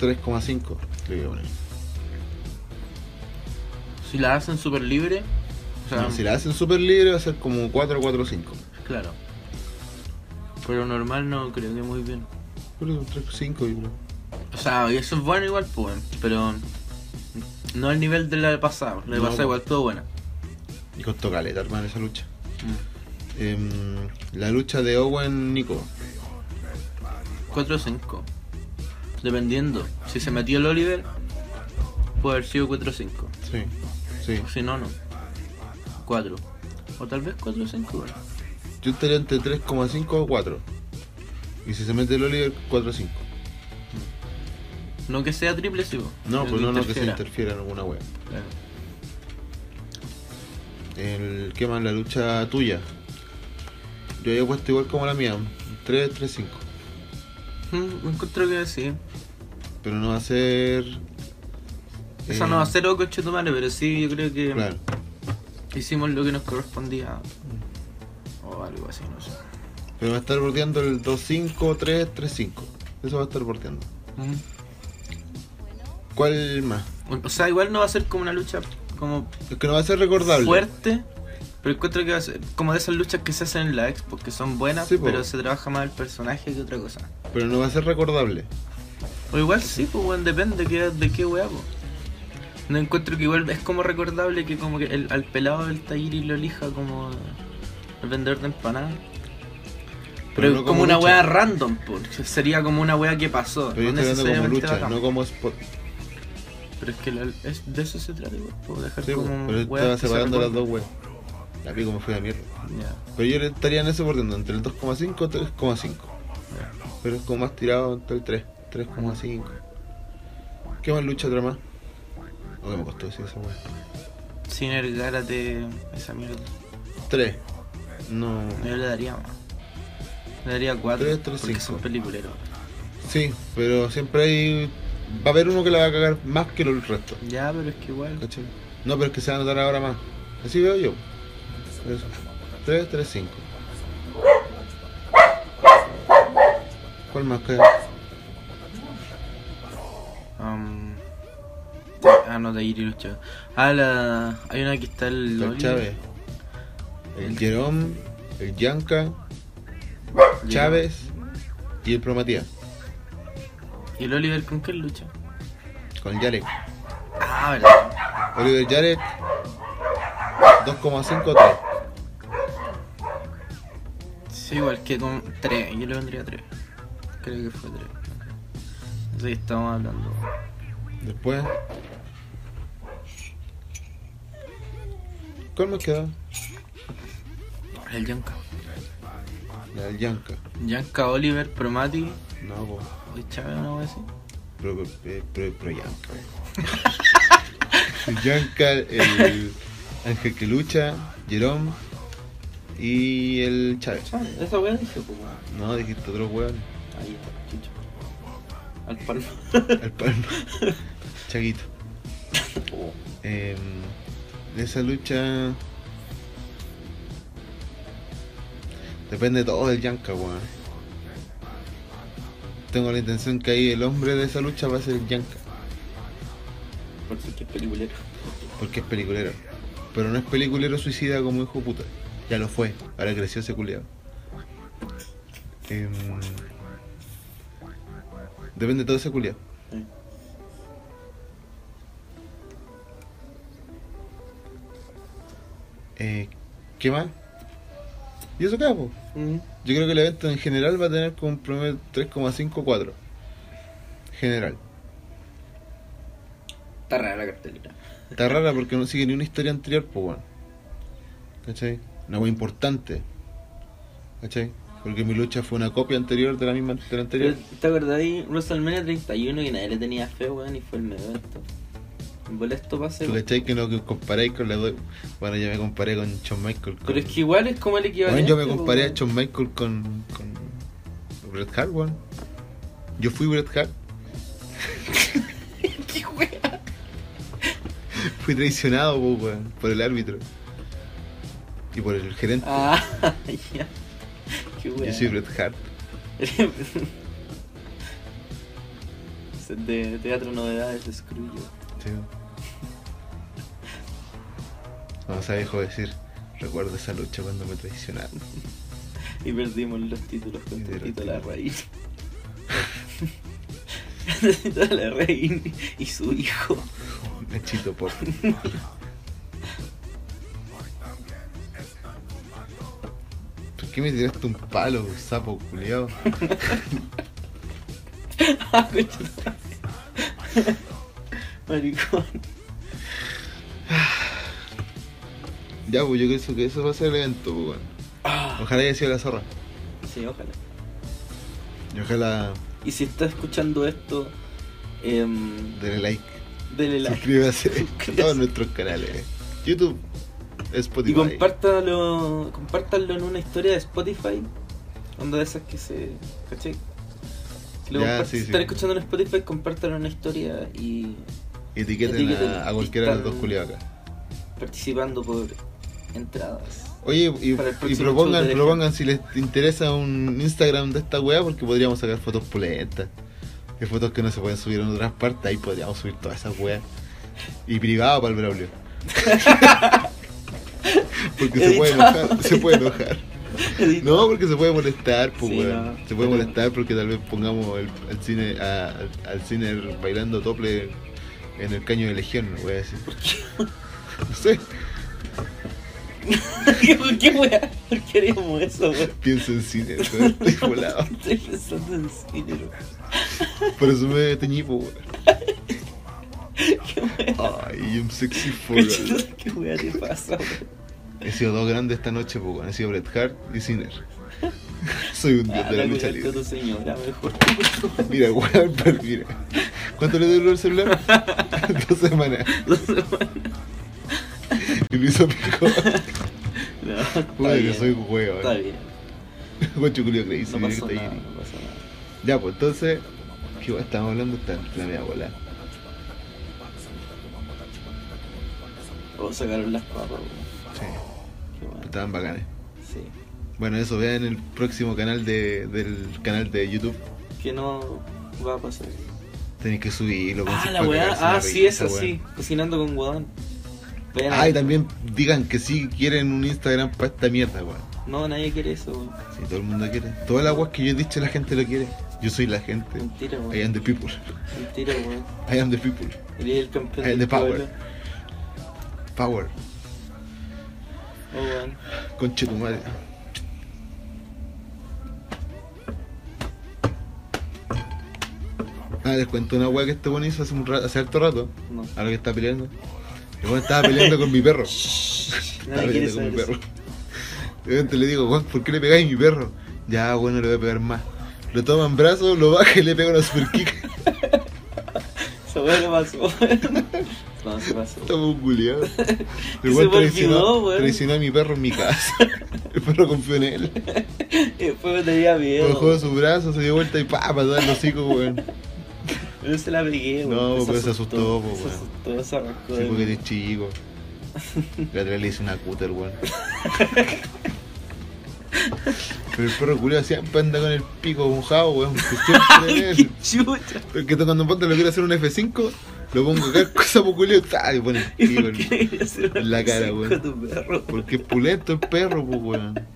Speaker 1: 3,5. Le voy a poner.
Speaker 2: Si la hacen súper libre, o sea,
Speaker 1: No, si la hacen super libre va a ser como 4, 4, 5.
Speaker 2: claro. Pero normal no creo que muy bien.
Speaker 1: 3, 5 yo creo.
Speaker 2: O sea, y eso es bueno igual, pues, pero no al nivel de la de pasada. La de
Speaker 1: No. pues.
Speaker 2: pasada igual todo buena.
Speaker 1: Y costó caleta, hermano, esa lucha. Em, la lucha de Owen Nico.
Speaker 2: 4 o 5. Dependiendo. Si se metió el Oliver, puede haber sido 4 o 5.
Speaker 1: Sí, sí.
Speaker 2: Si no, no. 4. O tal vez 4 o 5, bueno.
Speaker 1: Yo estaría entre 3,5 o 4. Y si se mete el Oliver, 4,5.
Speaker 2: No que sea triple, sí, po.
Speaker 1: No, pues no, no que se
Speaker 2: interfiera.
Speaker 1: interfiera en alguna wea.
Speaker 2: Claro.
Speaker 1: El que más la lucha tuya. Yo había puesto igual como la mía, 3, 3, 5.
Speaker 2: Mm, encuentro que sí.
Speaker 1: Pero no va a ser.
Speaker 2: Esa
Speaker 1: eh,
Speaker 2: no va a ser algo chetumare, pero sí, yo creo que
Speaker 1: Claro.
Speaker 2: hicimos lo que nos correspondía. algo así, no sé.
Speaker 1: Pero va a estar bordeando el 2-5-3-3-5. Eso va a estar bordeando. Mm. ¿Cuál más?
Speaker 2: O sea, igual no va a ser como una lucha como
Speaker 1: El que no va a ser recordable.
Speaker 2: fuerte, pero encuentro que va a ser como de esas luchas que se hacen en la expo, que son buenas,
Speaker 1: Sí, po.
Speaker 2: pero se trabaja más el personaje que otra cosa.
Speaker 1: Pero no va a ser recordable.
Speaker 2: O igual sí, pues weón, depende que- de qué weá, pues. No encuentro que igual es como recordable que como que el, al pelado del Tairi lo elija como el vendedor de empanadas. Pero,
Speaker 1: Pero no
Speaker 2: como,
Speaker 1: como
Speaker 2: una
Speaker 1: lucha.
Speaker 2: weá random, pues. Sería como una weá que pasó.
Speaker 1: Pero yo
Speaker 2: no
Speaker 1: estoy hablando como
Speaker 2: necesariamente
Speaker 1: lucha,
Speaker 2: bacán.
Speaker 1: no como spot.
Speaker 2: Pero es que la- es, de eso se trata, igual, pues, dejar
Speaker 1: Sí,
Speaker 2: como
Speaker 1: pero
Speaker 2: weas
Speaker 1: estaba
Speaker 2: que se
Speaker 1: separando las dos
Speaker 2: recuerden.
Speaker 1: weas. La pico me fue a la mierda.
Speaker 2: Ya,
Speaker 1: Pero yo le estaría en ese bordeando, entre el 2,5 y 3,5.
Speaker 2: ya.
Speaker 1: Pero es como más tirado entre el 3, 3,5. ¿Qué más lucha otra más? Oye, me costó decir esa wea.
Speaker 2: Ciner, Gárate, esa mierda.
Speaker 1: 3. No.
Speaker 2: Yo le daría más. Le daría 4
Speaker 1: Tres, tres,
Speaker 2: porque
Speaker 1: cinco.
Speaker 2: son peliculeros.
Speaker 1: Sí, pero siempre hay. Va a haber uno que la va a cagar más que el resto.
Speaker 2: Ya, pero es que igual.
Speaker 1: ¿cachai? No, pero es que se va a notar ahora más. Así veo yo. Eso. 3, 3, 5. ¿Cuál más queda?
Speaker 2: am, ah, no, de ir y los chavos. Ah, la. Hay una que está el.
Speaker 1: El
Speaker 2: Loli,
Speaker 1: Chávez. El Jerón, el Yanka,
Speaker 2: Jerón.
Speaker 1: Chávez y el Promatías.
Speaker 2: ¿Y el Oliver con qué lucha?
Speaker 1: Con el Yarek.
Speaker 2: Ah, verdad.
Speaker 1: Oliver Yarek 2,53.
Speaker 2: Sí, igual que con 3. Yo le pondría 3. Creo que fue 3. Así que estamos hablando.
Speaker 1: Después. ¿Cuál más queda?
Speaker 2: El Yanka.
Speaker 1: La del Yanka.
Speaker 2: Yanka, Oliver, Promati.
Speaker 1: No, po.
Speaker 2: ¿Y Chávez no voy a decir?
Speaker 1: Pro, eh, pro, pro Yanka. El Yanka, el Ángel que lucha, Jerón y el Chávez.
Speaker 2: Chávez, esa weá dije, pues weón.
Speaker 1: No, dijiste otro weón.
Speaker 2: Ahí está, chucho. Al palo.
Speaker 1: El palma. Chaguito.
Speaker 2: Oh,
Speaker 1: Eh, esa lucha. Depende todo del Yanka, weón. Tengo la intención que ahí el hombre de esa lucha va a ser el Yanka,
Speaker 2: Porque que es peliculero.
Speaker 1: porque es peliculero. Pero no es peliculero suicida como hijo puta. Ya lo fue, ahora creció ese culiado. depende todo ese culiado.
Speaker 2: Sí.
Speaker 1: Eh, ¿Qué más? Y eso queda, po.
Speaker 2: Mm.
Speaker 1: Yo creo que el evento en general va a tener como un promedio 3,54. General.
Speaker 2: Está rara la cartelera.
Speaker 1: Está rara porque no sigue ni una historia anterior, pues bueno. ¿Cachai? Una wea importante. ¿Cachai? Porque mi lucha fue una copia anterior de la misma de la
Speaker 2: Pero,
Speaker 1: anterior.
Speaker 2: ¿Te acordás ahí? WrestleMania 31 que nadie le tenía fe, weón, y fue el medio evento. En bola esto pase,
Speaker 1: ¿Tú
Speaker 2: weón.
Speaker 1: cachai que no que comparáis con la do- Bueno, yo me comparé con Shawn Michael. Con...
Speaker 2: Pero es que igual es como el
Speaker 1: Bueno,
Speaker 2: equivalente.
Speaker 1: yo me comparé a
Speaker 2: weón.
Speaker 1: Shawn Michael con. con. Bret Hart, weón. Yo fui Bret Hart.
Speaker 2: ¡Qué weón!
Speaker 1: Fui traicionado, po, weón, por el árbitro. Y por el gerente.
Speaker 2: Ah, ya. Qué weón.
Speaker 1: Yo soy Bret Hart.
Speaker 2: Set de teatro novedades de Scrooge.
Speaker 1: Sí. No se dejó decir, recuerdo esa lucha cuando me traicionaron.
Speaker 2: Y perdimos los títulos
Speaker 1: Y
Speaker 2: con
Speaker 1: de los
Speaker 2: Tito la
Speaker 1: títulos.
Speaker 2: raíz. Tito la raíz y su hijo.
Speaker 1: Nachito Pop. ¿Por qué me tiraste un palo, sapo culiao?
Speaker 2: Ah, concha tu madre. Maricón.
Speaker 1: Ya, pues yo creo que eso va a ser el evento, pues, weón.
Speaker 2: Ah,
Speaker 1: Ojalá haya sido la zorra.
Speaker 2: sí, ojalá.
Speaker 1: Y ojalá
Speaker 2: Y si está escuchando esto, em,
Speaker 1: denle like,
Speaker 2: dele like.
Speaker 1: suscríbase a
Speaker 2: Suscríbase.
Speaker 1: todos nuestros canales. YouTube, Spotify.
Speaker 2: Y compártalo, compártanlo en una historia de Spotify. Onda de esas que se. ¿Cachai? Si lo
Speaker 1: Ya,
Speaker 2: compartes-
Speaker 1: sí,
Speaker 2: si
Speaker 1: sí.
Speaker 2: están escuchando en Spotify, compártanlo en una historia y
Speaker 1: Etiqueten,
Speaker 2: etiqueten
Speaker 1: a, a cualquiera de los
Speaker 2: están-
Speaker 1: dos culiacas.
Speaker 2: participando por entradas.
Speaker 1: Oye, y,
Speaker 2: Para el
Speaker 1: y
Speaker 2: próximo show
Speaker 1: propongan,
Speaker 2: de
Speaker 1: propongan si les interesa un Instagram de esta weá porque podríamos sacar fotos pulentas. De fotos que no se pueden subir en otras partes, ahí podríamos subir todas esas weas. Y privado para el Braulio. porque se puede
Speaker 2: Editado,
Speaker 1: enojar, se puede enojar. No, porque se puede molestar, pues
Speaker 2: Sí,
Speaker 1: weón.
Speaker 2: no.
Speaker 1: Se puede molestar porque tal vez pongamos el- al cine a- al, al cine bailando tople en el caño de legión, voy a decir. No sé,
Speaker 2: ¿Qué, qué wea? ¿Por qué haríamos eso, weón?
Speaker 1: pienso en cine, weón, estoy volado.
Speaker 2: Estoy pensando en cine, weón.
Speaker 1: Por eso me teñí, po, weón.
Speaker 2: ¿Qué wea?
Speaker 1: Ay, I'm sexy for real.
Speaker 2: Conchetumare, ¿Qué wea te pasa, weón?
Speaker 1: He sido dos grandes esta noche, po, weón. He sido Bret Hart y Sinner. Soy un dios
Speaker 2: Ah,
Speaker 1: de la
Speaker 2: la
Speaker 1: lucha
Speaker 2: curaste a tu
Speaker 1: libre.
Speaker 2: señora, mejor.
Speaker 1: Mira, weón, pero mira. ¿Cuánto le duró el celular? dos semanas.
Speaker 2: Dos semanas.
Speaker 1: Y lo hizo pico.
Speaker 2: No, está
Speaker 1: Pude que
Speaker 2: bien.
Speaker 1: soy ¿eh? un weón.
Speaker 2: Está bien.
Speaker 1: Guacho Julio Crazy,
Speaker 2: No
Speaker 1: directo
Speaker 2: pasó
Speaker 1: ahí.
Speaker 2: nada, no pasó nada.
Speaker 1: Ya, pues entonces, ¿qué weón estamos hablando? Está la media bola.
Speaker 2: O sacaron las papas, weón.
Speaker 1: Sí,
Speaker 2: Qué bueno.
Speaker 1: estaban bacanes.
Speaker 2: Sí.
Speaker 1: Bueno, eso vean el próximo canal de, del canal de YouTube.
Speaker 2: Que no va a pasar.
Speaker 1: Tenéis que subirlo con
Speaker 2: Ah,
Speaker 1: sus
Speaker 2: la
Speaker 1: pa'
Speaker 2: weá.
Speaker 1: cagarse la
Speaker 2: Ah, sí, es
Speaker 1: risa,
Speaker 2: así.
Speaker 1: weón.
Speaker 2: Cocinando con guadón. Vean
Speaker 1: Ah, y
Speaker 2: ahí.
Speaker 1: también digan que sí quieren un Instagram para esta mierda, weón.
Speaker 2: No, nadie quiere eso, weón.
Speaker 1: Si todo el mundo quiere. Todas las weas que yo he dicho la gente lo quiere. Yo soy la gente.
Speaker 2: Mentira,
Speaker 1: I am
Speaker 2: weón.
Speaker 1: the people.
Speaker 2: Mentira, weón.
Speaker 1: I am the people.
Speaker 2: Eres el campeón
Speaker 1: I am
Speaker 2: del
Speaker 1: the power.
Speaker 2: pueblo.
Speaker 1: Power.
Speaker 2: Oh, weón.
Speaker 1: Conche tu madre. Ah, les cuento una wea que este bueno hizo hace, un rato, hace harto rato.
Speaker 2: No.
Speaker 1: Ahora que está peleando. El bueno estaba peleando con mi perro.
Speaker 2: Shhh,
Speaker 1: Estaba
Speaker 2: Nadie quiere
Speaker 1: peleando con mi
Speaker 2: saber
Speaker 1: perro.
Speaker 2: eso.
Speaker 1: De repente le digo, "Juan, ¿por qué le pegáis a mi perro? Ya, bueno, le voy a pegar más. Lo toma en brazos, lo baja y le pega una super kick.
Speaker 2: Esa weá no pasó, weón. No, se pasó.
Speaker 1: Estamos culiados.
Speaker 2: Que
Speaker 1: El
Speaker 2: se
Speaker 1: weón
Speaker 2: me olvidó,
Speaker 1: traicionó,
Speaker 2: weón.
Speaker 1: traicionó a mi perro en mi casa. El perro confió en él.
Speaker 2: Y después me tenía
Speaker 1: Lo
Speaker 2: miedo.
Speaker 1: dejó en su brazo, se dio vuelta y pa, pató en los hocico, weón.
Speaker 2: Pero se la pegué, weón.
Speaker 1: No, pero se asustó, po,
Speaker 2: Se
Speaker 1: weón.
Speaker 2: asustó, se
Speaker 1: Sí,
Speaker 2: arrancó. de
Speaker 1: porque
Speaker 2: mí.
Speaker 1: eres chico. La otra vez le hice una cúter, weón. Pero el perro culiao siempre anda con el pico mojado, weón. Que siempre es.
Speaker 2: ¡Qué chucha!
Speaker 1: Porque cuando ponte lo quiero hacer un F5, lo pongo acá, cosa por culiao, ta, y pone el
Speaker 2: ¿Y
Speaker 1: pico.
Speaker 2: por qué le querías hacer una
Speaker 1: en la cara,
Speaker 2: cosa
Speaker 1: weón.
Speaker 2: con tu perro?
Speaker 1: Porque es pulento el perro, pues, weón.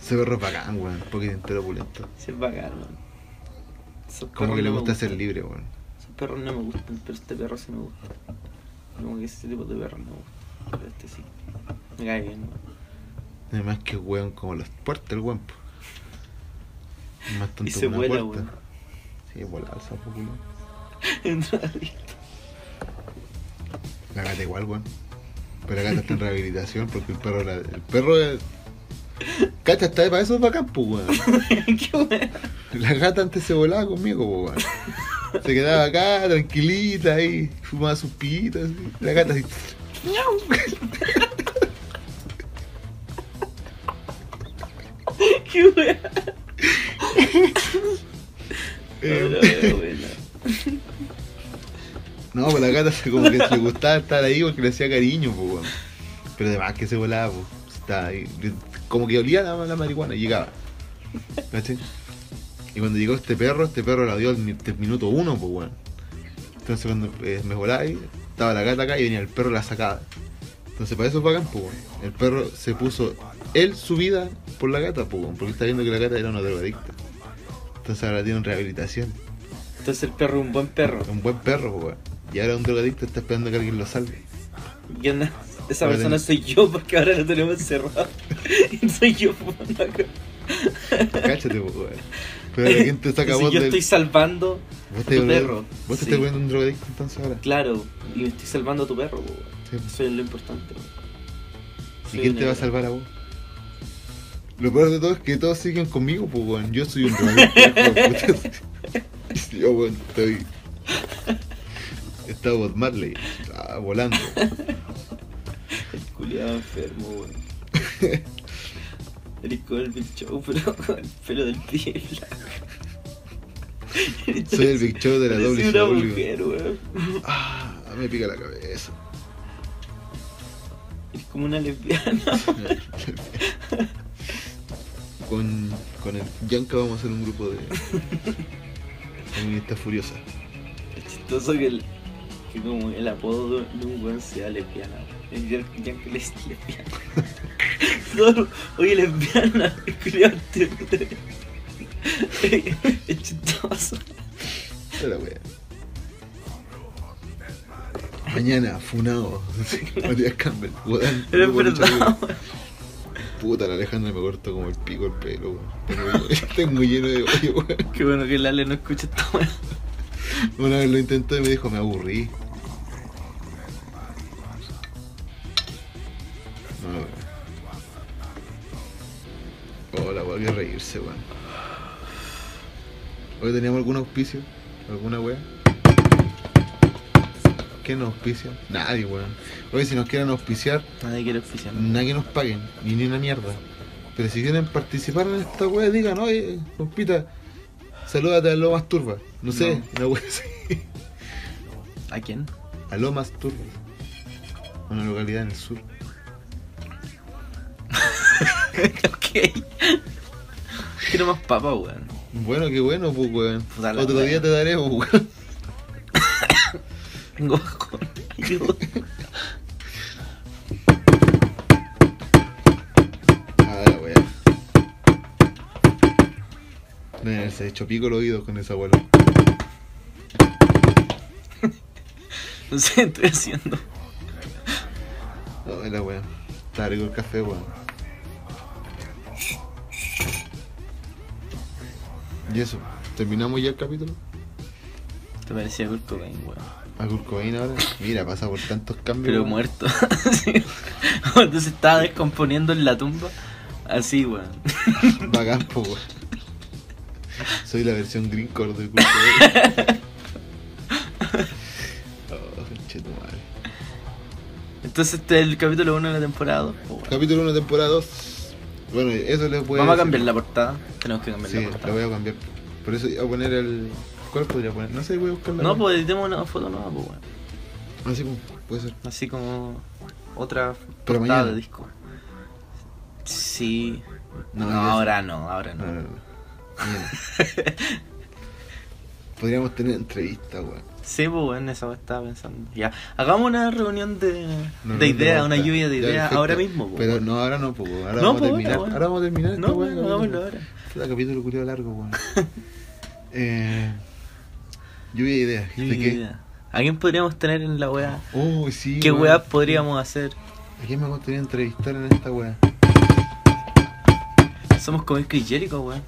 Speaker 1: Ese perro es bacán, weón. Porque es entero pulento.
Speaker 2: Sí, es bacán, weón. Esos
Speaker 1: Como
Speaker 2: perros
Speaker 1: que le
Speaker 2: no me
Speaker 1: gusta ser
Speaker 2: gustan.
Speaker 1: libre, weón.
Speaker 2: Esos perros no me gustan, pero este perro sí me gusta. Como que ese tipo de perros no me gusta. Pero este sí. Me cae bien, weón.
Speaker 1: Además que weón como los puertas el weón. po. Es Más tonto
Speaker 2: Y
Speaker 1: que
Speaker 2: se
Speaker 1: una
Speaker 2: vuela,
Speaker 1: puerta.
Speaker 2: weón.
Speaker 1: Sí, volaba el sapo, culiao.
Speaker 2: Entra ahí.
Speaker 1: La gata igual, weón. Pero la gata está en rehabilitación porque el perro la. El perro es. Cacha está para eso es bacán, pues, weón.
Speaker 2: ¡Qué weón!
Speaker 1: La gata antes se volaba conmigo, pues, weón. Se quedaba acá, tranquilita, ahí, fumaba sus pitas, así. La gata así.
Speaker 2: ¡Qué weón! No, la
Speaker 1: eh,
Speaker 2: veo, weón.
Speaker 1: No, pues la gata se- como que le gustaba estar ahí porque le hacía cariño, pues, weón. Pero además que se volaba, pues. Estaba ahí. Como que olía la, la marihuana y llegaba. ¿Cachai? Y cuando llegó este perro, este perro la dio al mi- al minuto uno, pues, weón. Entonces cuando eh, me volaba ahí, estaba la gata acá y venía el perro y la sacaba. Entonces para eso pagan, pues, weón. El perro se puso él su vida por la gata, pues, weón. Porque está viendo que la gata era una drogadicta. Entonces ahora tiene rehabilitación.
Speaker 2: Entonces el perro es un buen perro.
Speaker 1: Un buen perro, pues, weón. Y ahora un drogadicto está esperando que alguien lo salve.
Speaker 2: Y anda- Esa
Speaker 1: Ahora
Speaker 2: persona
Speaker 1: ten-
Speaker 2: soy yo porque ahora lo tenemos encerrado. Y soy yo, weón.
Speaker 1: Cáchate, po, weón. Pero ahora, ¿quién te saca
Speaker 2: Si
Speaker 1: vos
Speaker 2: yo
Speaker 1: del-
Speaker 2: estoy salvando
Speaker 1: Vos
Speaker 2: tu
Speaker 1: te,
Speaker 2: perro.
Speaker 1: vos te
Speaker 2: Sí.
Speaker 1: estás poniendo un drogadicto entonces ahora.
Speaker 2: Claro, y me estoy salvando a tu perro, po, weón.
Speaker 1: Sí, pues.
Speaker 2: Eso es lo importante, weón.
Speaker 1: ¿Y
Speaker 2: Soy
Speaker 1: quién
Speaker 2: un
Speaker 1: te va a
Speaker 2: héroe.
Speaker 1: salvar a vos? Lo peor de todo es que todos siguen conmigo, pues, weón. Yo soy un drogadicto. hijo de puta. Y Yo, weón, estoy... Estaba Bob Marley, ah, volando.
Speaker 2: Culiado enfermo, weón. Eres como el Big Show, pero con el pelo del pie blanco.
Speaker 1: Soy el Big Show de la
Speaker 2: Eres una
Speaker 1: WCW.
Speaker 2: mujer, weón.
Speaker 1: Ah, me pica la cabeza.
Speaker 2: como una lesbiana.
Speaker 1: Con, con el Yanka vamos a hacer un grupo de feministas furiosas.
Speaker 2: Es chistoso que el, que como el apodo de un weón sea lesbiana. weón. El Jack- Jack les lesbiana. Todo- oye, lesbiana, el culiao te- Es chistoso.
Speaker 1: A la wea. Mañana, funado. Matías Campbell. weón.
Speaker 2: Pero es
Speaker 1: Grupo de lucha
Speaker 2: verdad,
Speaker 1: libre. Puta, la Alejandra me cortó como el pico el pelo, weón. Tengo- Tengo lleno de hoyo, weón.
Speaker 2: Qué bueno que el Ale no escucha esta weá.
Speaker 1: Una vez lo intentó y me dijo, me aburrí. No, weón. Oh, la weá que reírse, weón. Hoy teníamos algún auspicio, alguna weá. ¿Quién nos auspicia? Nadie, weón. Hoy si nos quieren auspiciar,
Speaker 2: Nadie quiere oficiar.
Speaker 1: nadie nos paguen, ni ni una mierda. Pero si quieren participar en esta weá, digan, oye, compita, salúdate a Lomas Turba. No sé, una weá así.
Speaker 2: ¿A quién?
Speaker 1: A Lomas Turba. Una localidad en el sur.
Speaker 2: ok. Quiero más papa, weón.
Speaker 1: Bueno, qué bueno, pues, weón.
Speaker 2: Puta la
Speaker 1: Otro
Speaker 2: weá.
Speaker 1: día te daré, pues, weón.
Speaker 2: Tengo bajón. Ayuda.
Speaker 1: Ah, la weá. Deben haberse hecho pico los oídos con esa weá.
Speaker 2: No sé qué estoy haciendo.
Speaker 1: No, la weá. Está rico el café, weón. Y eso, ¿terminamos ya el capítulo?
Speaker 2: Te parecía Kurt Cobain, weón.
Speaker 1: A Kurt Cobain ahora. Mira, pasa por tantos cambios.
Speaker 2: Pero
Speaker 1: weón.
Speaker 2: muerto. Sí. Cuando se estaba descomponiendo en la tumba. Así, weón.
Speaker 1: Bacán, po, weón. Soy la versión greencore de Kurt Cobain. oh, conchetumare.
Speaker 2: Entonces este es el capítulo 1 de la temporada 2.
Speaker 1: Capítulo 1, temporada 2. Bueno, eso les voy
Speaker 2: Vamos a
Speaker 1: decir.
Speaker 2: cambiar la portada. Tenemos que cambiar
Speaker 1: Sí,
Speaker 2: la
Speaker 1: la
Speaker 2: portada.
Speaker 1: voy a cambiar. Por eso voy a poner el. ¿Cuál podría poner? No sé, voy a buscar la.
Speaker 2: No,
Speaker 1: weá.
Speaker 2: pues editemos una foto nueva, pues, weón.
Speaker 1: Así como, pues, puede ser.
Speaker 2: Así como otra
Speaker 1: Pero
Speaker 2: portada
Speaker 1: mañana.
Speaker 2: de disco. Sí.
Speaker 1: No,
Speaker 2: No,
Speaker 1: ya-
Speaker 2: ahora no, ahora
Speaker 1: No,
Speaker 2: no.
Speaker 1: no, no. Mira. Ah, Podríamos tener entrevistas, weón.
Speaker 2: Sí, pues bueno, eso estaba pensando. Ya, hagamos una reunión de,
Speaker 1: No, no
Speaker 2: de
Speaker 1: te
Speaker 2: ideas,
Speaker 1: basta.
Speaker 2: una lluvia de
Speaker 1: Ya,
Speaker 2: ideas
Speaker 1: perfecto.
Speaker 2: ahora mismo. pues,
Speaker 1: Pero
Speaker 2: weón.
Speaker 1: no, ahora no, pues, weón. Ahora
Speaker 2: No,
Speaker 1: vamos a
Speaker 2: pues,
Speaker 1: terminar.
Speaker 2: weón.
Speaker 1: Ahora vamos a terminar. esta
Speaker 2: no,
Speaker 1: weá,
Speaker 2: bueno, hagámoslo
Speaker 1: capítulo-
Speaker 2: ahora.
Speaker 1: puta, capítulo curioso largo, weón. eh, lluvia de ideas.
Speaker 2: Lluvia
Speaker 1: ¿De
Speaker 2: de
Speaker 1: qué?
Speaker 2: ideas. ¿A quién podríamos tener en la weá?
Speaker 1: Uy, sí.
Speaker 2: ¿Qué
Speaker 1: weón.
Speaker 2: weá podríamos hacer?
Speaker 1: ¿A quién me gustaría entrevistar en esta weá?
Speaker 2: Somos como Isco y Jericho, weón.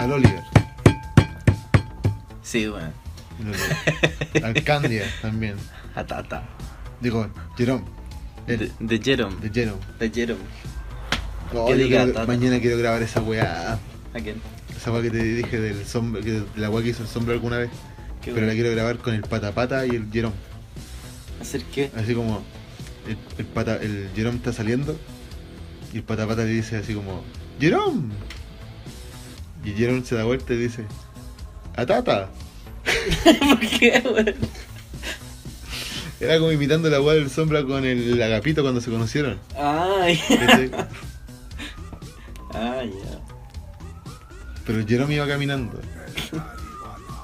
Speaker 1: Al Oliver.
Speaker 2: Sí, weón.
Speaker 1: El Oliver. Al Candia también.
Speaker 2: A Tata.
Speaker 1: Digo, Jerome.
Speaker 2: De,
Speaker 1: El,
Speaker 2: de Jerome.
Speaker 1: de Jerome.
Speaker 2: De Jerome.
Speaker 1: No,
Speaker 2: Que
Speaker 1: yo
Speaker 2: diga,
Speaker 1: quiero-
Speaker 2: tata.
Speaker 1: mañana quiero grabar esa weá.
Speaker 2: ¿A quién?
Speaker 1: Esa weá que te dije del sombra, que, de la weá que hizo el sombra alguna vez.
Speaker 2: ¿Qué
Speaker 1: Pero la
Speaker 2: weá?
Speaker 1: quiero grabar con el patapata y el Jerome.
Speaker 2: ¿Hacer qué?
Speaker 1: Así como el, el, pata, el Jerome está saliendo y el patapata le dice así como, ¡Jerome! Y Jerome se da vuelta y dice, ¡Atata!
Speaker 2: ¿Por qué, weón?
Speaker 1: Era como imitando la weá del sombra con el agapito cuando se conocieron.
Speaker 2: Ay.
Speaker 1: ¿cachai?
Speaker 2: Ah, ya.
Speaker 1: Pero el Jerome iba caminando.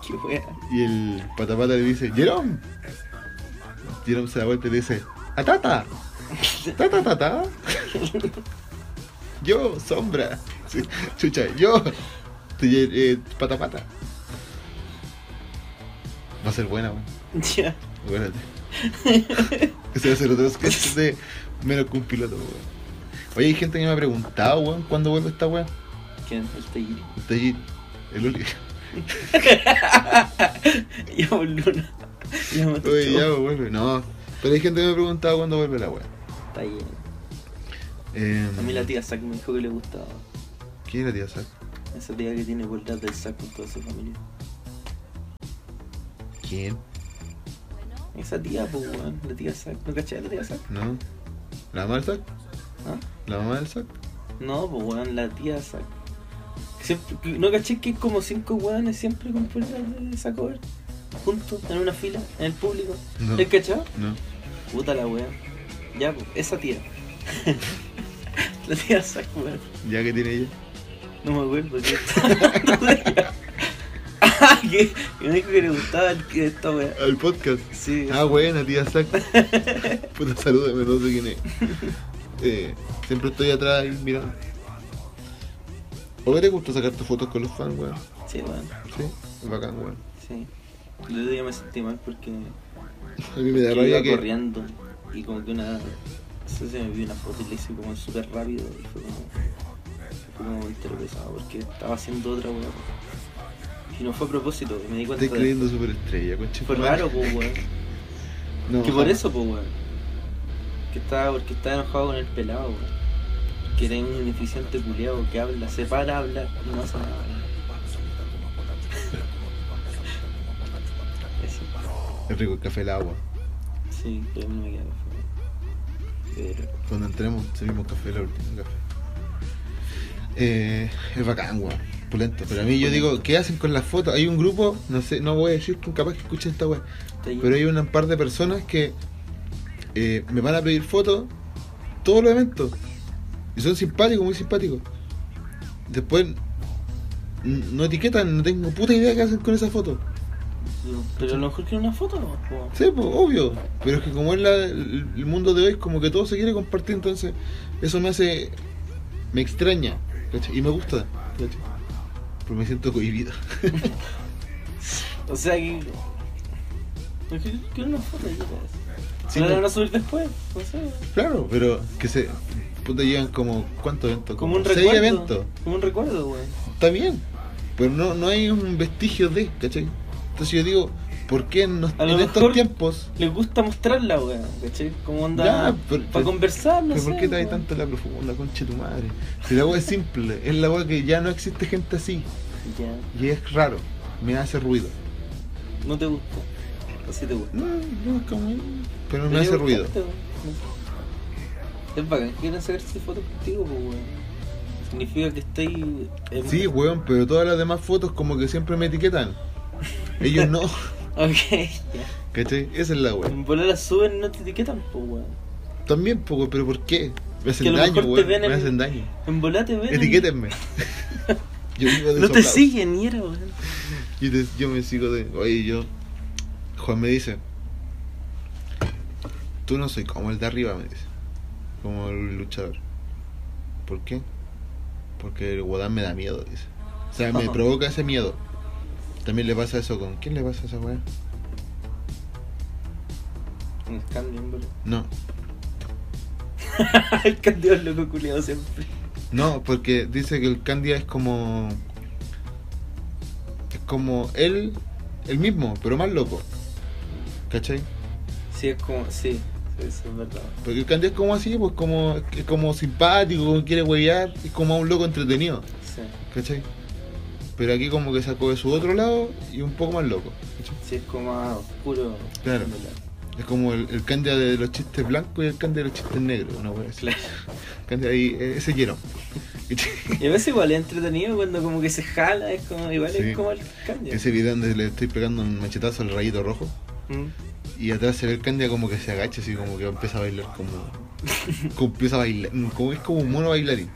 Speaker 2: Qué weá.
Speaker 1: Y el patapata le dice, ¡Jerome! Jerome se da vuelta y le dice, ¡Atata! ¡Tata, tata! Yo, sombra. Sí, Chucha, yo. Te- eh, pata, pata. Va a ser buena, weón.
Speaker 2: Ya.
Speaker 1: Acuérdate. Ese va a ser otro sketch de menos que un piloto, weón. Oye, hay gente que me ha preguntado, weón, ¿cuándo vuelve esta weón?
Speaker 2: ¿Quién? El Tegiri.
Speaker 1: Está allí, el Uli.
Speaker 2: Ya, por Luna. Ya, mató
Speaker 1: Oye, ya
Speaker 2: todo.
Speaker 1: weón, vuelve. No. Pero hay gente que me ha preguntado cuándo vuelve la weón.
Speaker 2: Está bien.
Speaker 1: Eh,
Speaker 2: A mí la tía Zack me dijo que le gustaba.
Speaker 1: ¿Quién es la tía Zack?
Speaker 2: Esa tía que tiene vueltas del saco con toda su familia.
Speaker 1: ¿Quién?
Speaker 2: Esa tía, pues, weón. La tía Zack. ¿No caché la tía Zack?
Speaker 1: ¿No? ¿La mamá del Zack?
Speaker 2: ¿Ah?
Speaker 1: ¿La mamá del Zack?
Speaker 2: No, pues, weón. La tía Zack. Siempre- ¿No caché que es como cinco weones siempre con vueltas de saco verde? Juntos, en una fila, en el público.
Speaker 1: No.
Speaker 2: ¿Te has cachado?
Speaker 1: No.
Speaker 2: Puta la weón. Ya, pues, esa tía. La tía Zac, weón.
Speaker 1: Ya que tiene ella.
Speaker 2: No me acuerdo qué estaba hablando de ella. Ah, que que me dijo que le gustaba el- que esta weá.
Speaker 1: Al podcast.
Speaker 2: Sí.
Speaker 1: Ah, buena, tía Zac. Puta, salúdame, no sé quién es. Eh, siempre estoy atrás y mirando. ¿Por qué te gusta sacarte fotos con los fans, weón?
Speaker 2: Sí, weón.
Speaker 1: Sí, es bacán, weón.
Speaker 2: Sí. El otro día me sentí mal porque
Speaker 1: A mí me da
Speaker 2: que iba
Speaker 1: rabia que.
Speaker 2: corriendo y como que una. No sé si me vi una foto y la hice como súper rápido y fue como. Fue como interesado porque estaba haciendo otra weá. Y no fue a propósito, y me di cuenta.
Speaker 1: Estoy
Speaker 2: De,
Speaker 1: creyendo superestrella, concha.
Speaker 2: pues. fue
Speaker 1: madre.
Speaker 2: raro, pues weón.
Speaker 1: No,
Speaker 2: Que por
Speaker 1: jamás.
Speaker 2: eso, pues, weón. Que estaba, porque estaba enojado con el pelado, weón. Que era un ineficiente culiado que habla, se para a hablar y no hace nada, weón. Eso,
Speaker 1: Es rico el café el agua.
Speaker 2: sí, que a mí no me queda café. Pero,
Speaker 1: Cuando entremos, servimos café, la última café. Eh, es bacán, weón. Pulento. Pero a mí yo digo, ¿qué hacen con las fotos? Hay un grupo, no sé, no voy a decir que capaz que escuchen esta weá.
Speaker 2: está ahí.
Speaker 1: Pero hay un par de personas que eh, me van a pedir fotos todos los eventos. Y son simpáticos, muy simpáticos. Después n- no etiquetan, no tengo puta idea qué hacen con esas fotos.
Speaker 2: pero a lo mejor quiero una foto, ¿no? po.
Speaker 1: Sí, pues, obvio. Pero es que como es la- el, el mundo de hoy, como que todo se quiere compartir, entonces eso me hace... Me extraña. ¿cachai? Y me gusta. ¿cachai? Pero me siento cohibido.
Speaker 2: O sea que. Yo Quiero quiero una foto, yo creo.
Speaker 1: Sí,
Speaker 2: Si no la
Speaker 1: no-
Speaker 2: van a subir después, no sé. weón.
Speaker 1: Claro, pero que se... Puta, llegan como... ¿Cuántos eventos?
Speaker 2: Como un
Speaker 1: seis
Speaker 2: recuerdo.
Speaker 1: eventos.
Speaker 2: Como un recuerdo, weón.
Speaker 1: Está bien. Pero no, no hay un vestigio de, ¿cachai? Entonces yo digo, ¿por qué en, nos-
Speaker 2: A lo
Speaker 1: en
Speaker 2: mejor-
Speaker 1: estos tiempos...
Speaker 2: Les gusta mostrarla, weón, ¿cachai? Como
Speaker 1: Ya,
Speaker 2: onda.
Speaker 1: pero-
Speaker 2: Para conversar, no
Speaker 1: ¿Pero
Speaker 2: sé.
Speaker 1: por qué te
Speaker 2: weón.
Speaker 1: tanto la profunda, concha de tu madre? Si la agua es simple, es la agua que ya no existe gente así.
Speaker 2: Ya,
Speaker 1: Y es raro, me hace ruido.
Speaker 2: no te gusta. Así te gusta.
Speaker 1: No, no es como. Pero me
Speaker 2: Pero
Speaker 1: hace
Speaker 2: yo-
Speaker 1: ruido.
Speaker 2: este, weón, no sé. Es bacán, quieren sacarse fotos contigo, pues, weón. Significa que estáis. en-
Speaker 1: Sí, weón, pero todas las demás fotos como que siempre me etiquetan. Ellos no,
Speaker 2: Ok, ya.
Speaker 1: ¿cachai? Esa es la weón.
Speaker 2: En volar las suben, no te etiquetan, pues, weón.
Speaker 1: También poco, pero ¿por qué? Me
Speaker 2: Que a
Speaker 1: hacen
Speaker 2: lo
Speaker 1: daño,
Speaker 2: mejor te
Speaker 1: weón.
Speaker 2: ven
Speaker 1: Me
Speaker 2: en-
Speaker 1: hacen daño.
Speaker 2: En volar te ven.
Speaker 1: Etiquétenme. Yo vivo de esos
Speaker 2: No te
Speaker 1: aplausos.
Speaker 2: siguen, ni era, weón.
Speaker 1: Yo, te- yo me sigo de. Oye, yo. Juan me dice. Tú no soy como el de arriba, me dice. Como el luchador. ¿Por qué? Porque el Guadán me da miedo, dice. O sea, me
Speaker 2: Ajá.
Speaker 1: provoca ese miedo. También le pasa eso con. ¿Quién le pasa esa weá?
Speaker 2: El cambio, en verdad.
Speaker 1: No.
Speaker 2: El cambio es loco culiado siempre.
Speaker 1: No, porque dice que el Candia es como. Es como él. El mismo, pero más loco. ¿Cachai?
Speaker 2: Sí, es como. Sí, eso es verdad.
Speaker 1: Porque el Candy es como así, pues como, es como simpático, como quiere huevear, es como un loco entretenido,
Speaker 2: Sí,
Speaker 1: ¿cachai? Pero aquí como que sacó de su otro lado y un poco más loco, ¿cachai?
Speaker 2: sí, es como más oscuro.
Speaker 1: Claro.
Speaker 2: en verdad.
Speaker 1: Es como el, el Candy de los chistes blancos y el Candy de los chistes negros, una wea así.
Speaker 2: Claro.
Speaker 1: Candy ahí, eh, ese quiero.
Speaker 2: Y a veces igual es entretenido cuando como que se jala, es como igual
Speaker 1: Sí.
Speaker 2: es como el cambio.
Speaker 1: Ese video donde le estoy pegando un machetazo al rayito rojo
Speaker 2: Mm.
Speaker 1: y atrás se ve el Candy como que se agacha, así como que empieza a bailar como... como empieza a bailar, como, es como un mono bailarín.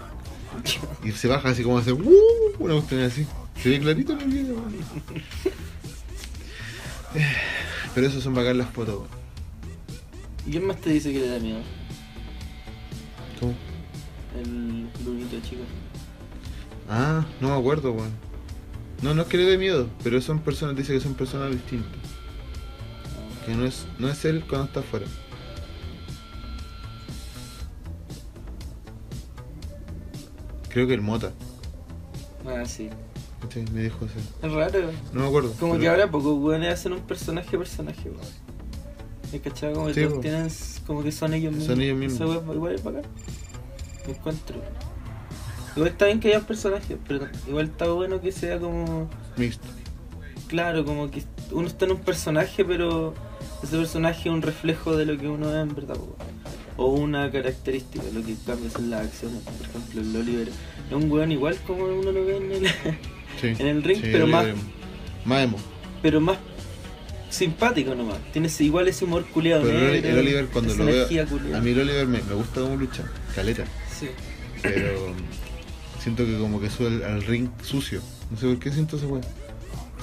Speaker 1: Y se baja así como hace ¡Uh! Una cuestión así. Se ve clarito en el video. weón. Eh, Pero eso son bacán las fotos. weón.
Speaker 2: ¿Y quién más te dice que le da miedo?
Speaker 1: ¿Cómo?
Speaker 2: El brunito chico.
Speaker 1: Ah, no me acuerdo, weón. No, no es que le dé miedo, pero son personas, dice que son personas distintas.
Speaker 2: Ah,
Speaker 1: Que no es, no es él cuando está afuera. Creo que el Mota,
Speaker 2: Ah, sí.
Speaker 1: ¿cachai? me dijo eso.
Speaker 2: Es raro.
Speaker 1: No me acuerdo.
Speaker 2: Como que
Speaker 1: pero-
Speaker 2: ahora pocos weones hacen un personaje a personaje, weón. ¿Me cachaba? Como que
Speaker 1: Sí,
Speaker 2: todos
Speaker 1: po.
Speaker 2: tienen, como que son ellos mismos.
Speaker 1: Son ellos mismos.
Speaker 2: Esa wea igual es bacán. Me encuentro. Igual está bien que haya personajes, pero igual está bueno que sea como...
Speaker 1: Mixto.
Speaker 2: Claro, como que uno está en un personaje, pero ese personaje es un reflejo de lo que uno es en verdad. po. O una característica, lo que cambia son las acciones. Por ejemplo, el Oliver es un weón igual como uno lo ve en el,
Speaker 1: Sí.
Speaker 2: en el ring,
Speaker 1: Sí,
Speaker 2: pero
Speaker 1: yo
Speaker 2: más
Speaker 1: creo. Más emo.
Speaker 2: pero más simpático nomás. Tiene ese- igual ese humor culiado
Speaker 1: Pero el,
Speaker 2: negro.
Speaker 1: el Oliver cuando
Speaker 2: esa
Speaker 1: lo veo.
Speaker 2: energía culiao.
Speaker 1: A mí el Oliver me, me gusta cómo lucha, caleta.
Speaker 2: Sí.
Speaker 1: Pero um, siento que como que sube al, al ring sucio. No sé por qué siento esa weá.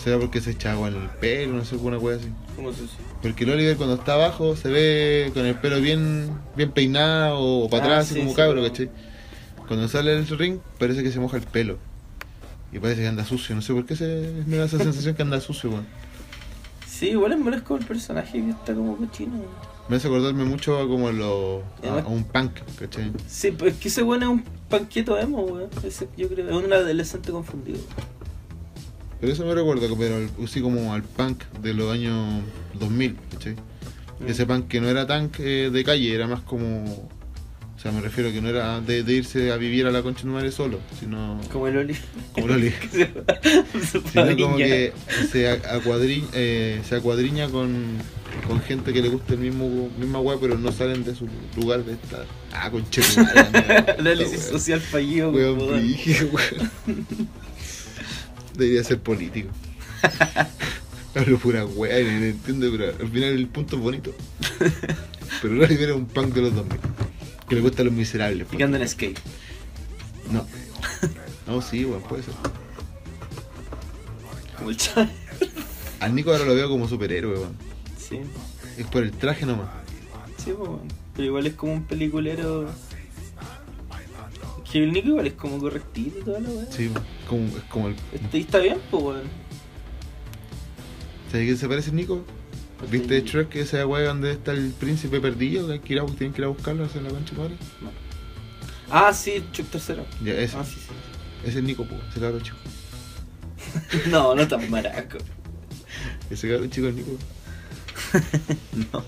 Speaker 1: Será porque se echa agua en el pelo, no sé, alguna weá así.
Speaker 2: Como sucio.
Speaker 1: Porque el Oliver cuando está abajo se ve con el pelo bien, bien peinado o para
Speaker 2: Ah,
Speaker 1: atrás, así
Speaker 2: sí,
Speaker 1: como
Speaker 2: sí,
Speaker 1: cabro,
Speaker 2: como-
Speaker 1: ¿cachai? Cuando sale del ring parece que se moja el pelo. Y parece que anda sucio, no sé por qué se, me da esa sensación que anda sucio, weón.
Speaker 2: Sí, igual es molesto el personaje que está como cochino. weón.
Speaker 1: Me hace acordarme mucho a como lo, a,
Speaker 2: Además-
Speaker 1: a un punk, ¿cachai?
Speaker 2: Sí, pues es que ese weón es un panqueto emo, weón. Ese, yo creo. Es un adolescente confundido.
Speaker 1: Pero eso me recuerda como, pero al- sí como al punk de los años 2000, ¿cachai?
Speaker 2: Mm.
Speaker 1: Ese punk que no era tan eh, de calle, era más como... O sea, me refiero que no era de, de irse a vivir a la concha de tu madre solo, sino...
Speaker 2: Como el Oliver.
Speaker 1: Como el Oliver.
Speaker 2: Que se va- se
Speaker 1: Sino
Speaker 2: padriña.
Speaker 1: como que se, a- acuadri- eh, se acuadriña con, con gente que le gusta el mismo misma weá, pero no salen de su lugar de estar. Ah, con
Speaker 2: Análisis social fallido,
Speaker 1: Weón
Speaker 2: weón.
Speaker 1: brígido, weón. Debería ser político. Hablo pura weá, no entiendo, pero al final el punto es bonito. Pero no libera un punk de los 2000. Que le gusta a los miserables.
Speaker 2: Y que anda en skate.
Speaker 1: No. No, sí, weón, puede ser.
Speaker 2: Como el Chávez.
Speaker 1: Al Nico ahora lo veo como superhéroe, weón.
Speaker 2: Sí,
Speaker 1: Es por el traje nomás.
Speaker 2: sí, pues, weón. Pero igual es como un peliculero. Que el Nico igual es como correctito y toda la weón.
Speaker 1: Sí, weón. como, es como el.
Speaker 2: Este, y está bien, pues, weón.
Speaker 1: ¿Sabes quién se parece el Nico? ¿Viste Shrek? Esa weá donde está el príncipe perdido, que hay que ir a, bus- tienen que ir a buscarlo hacia la concha de madre.
Speaker 2: Ah, sí, Chuck tercero.
Speaker 1: Ya, ese,
Speaker 2: Ah, sí, sí.
Speaker 1: ese es Nico, po, ese cabrón chico.
Speaker 2: No, no tan ah, maraco.
Speaker 1: Ese cabrón chico es Nico.
Speaker 2: No.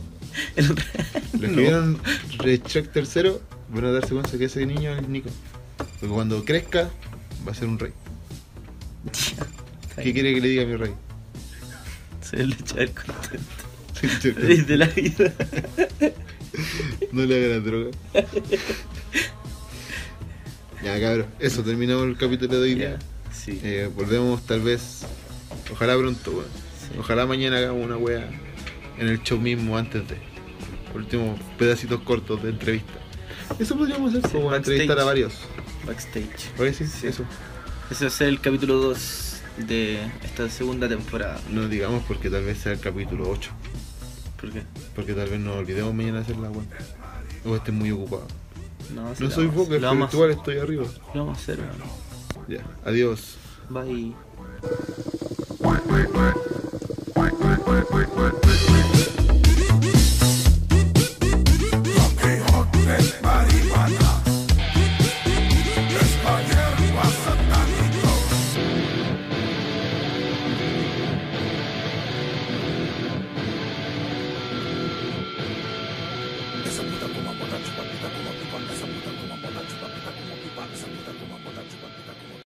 Speaker 2: El re-
Speaker 1: Los
Speaker 2: No.
Speaker 1: que vieron Re- Shrek tercero van a darse cuenta que ese niño es Nico. Porque cuando crezca va a ser un rey. ¿Qué quiere que le diga a mi rey?
Speaker 2: Se le echa el contento.
Speaker 1: Sí, Shrek.
Speaker 2: Desde la vida.
Speaker 1: No le haga la droga. ya cabrón, eso, terminamos el capítulo de hoy día.
Speaker 2: Sí.
Speaker 1: Eh, volvemos tal vez, ojalá pronto, weón.
Speaker 2: Sí.
Speaker 1: Ojalá mañana hagamos una wea en el show mismo antes de. Por último, pedacitos cortos de entrevista. Eso podríamos hacer,
Speaker 2: Sí,
Speaker 1: como
Speaker 2: backstage.
Speaker 1: entrevistar a varios.
Speaker 2: Backstage.
Speaker 1: Oye, sí,
Speaker 2: Sí.
Speaker 1: eso.
Speaker 2: Ese va a ser el capítulo 2 de esta segunda temporada.
Speaker 1: No digamos porque tal vez sea el capítulo 8.
Speaker 2: ¿Por qué?
Speaker 1: Porque tal vez nos olvidemos mañana hacer la web. O esté muy ocupado.
Speaker 2: No, sí,
Speaker 1: No
Speaker 2: lo
Speaker 1: soy
Speaker 2: vamos-
Speaker 1: Boca,
Speaker 2: lo
Speaker 1: pero
Speaker 2: vamos,
Speaker 1: igual estoy arriba.
Speaker 2: lo vamos a hacer, weón.
Speaker 1: Ya, adiós.
Speaker 2: Bye.
Speaker 3: Wait, wait, wait.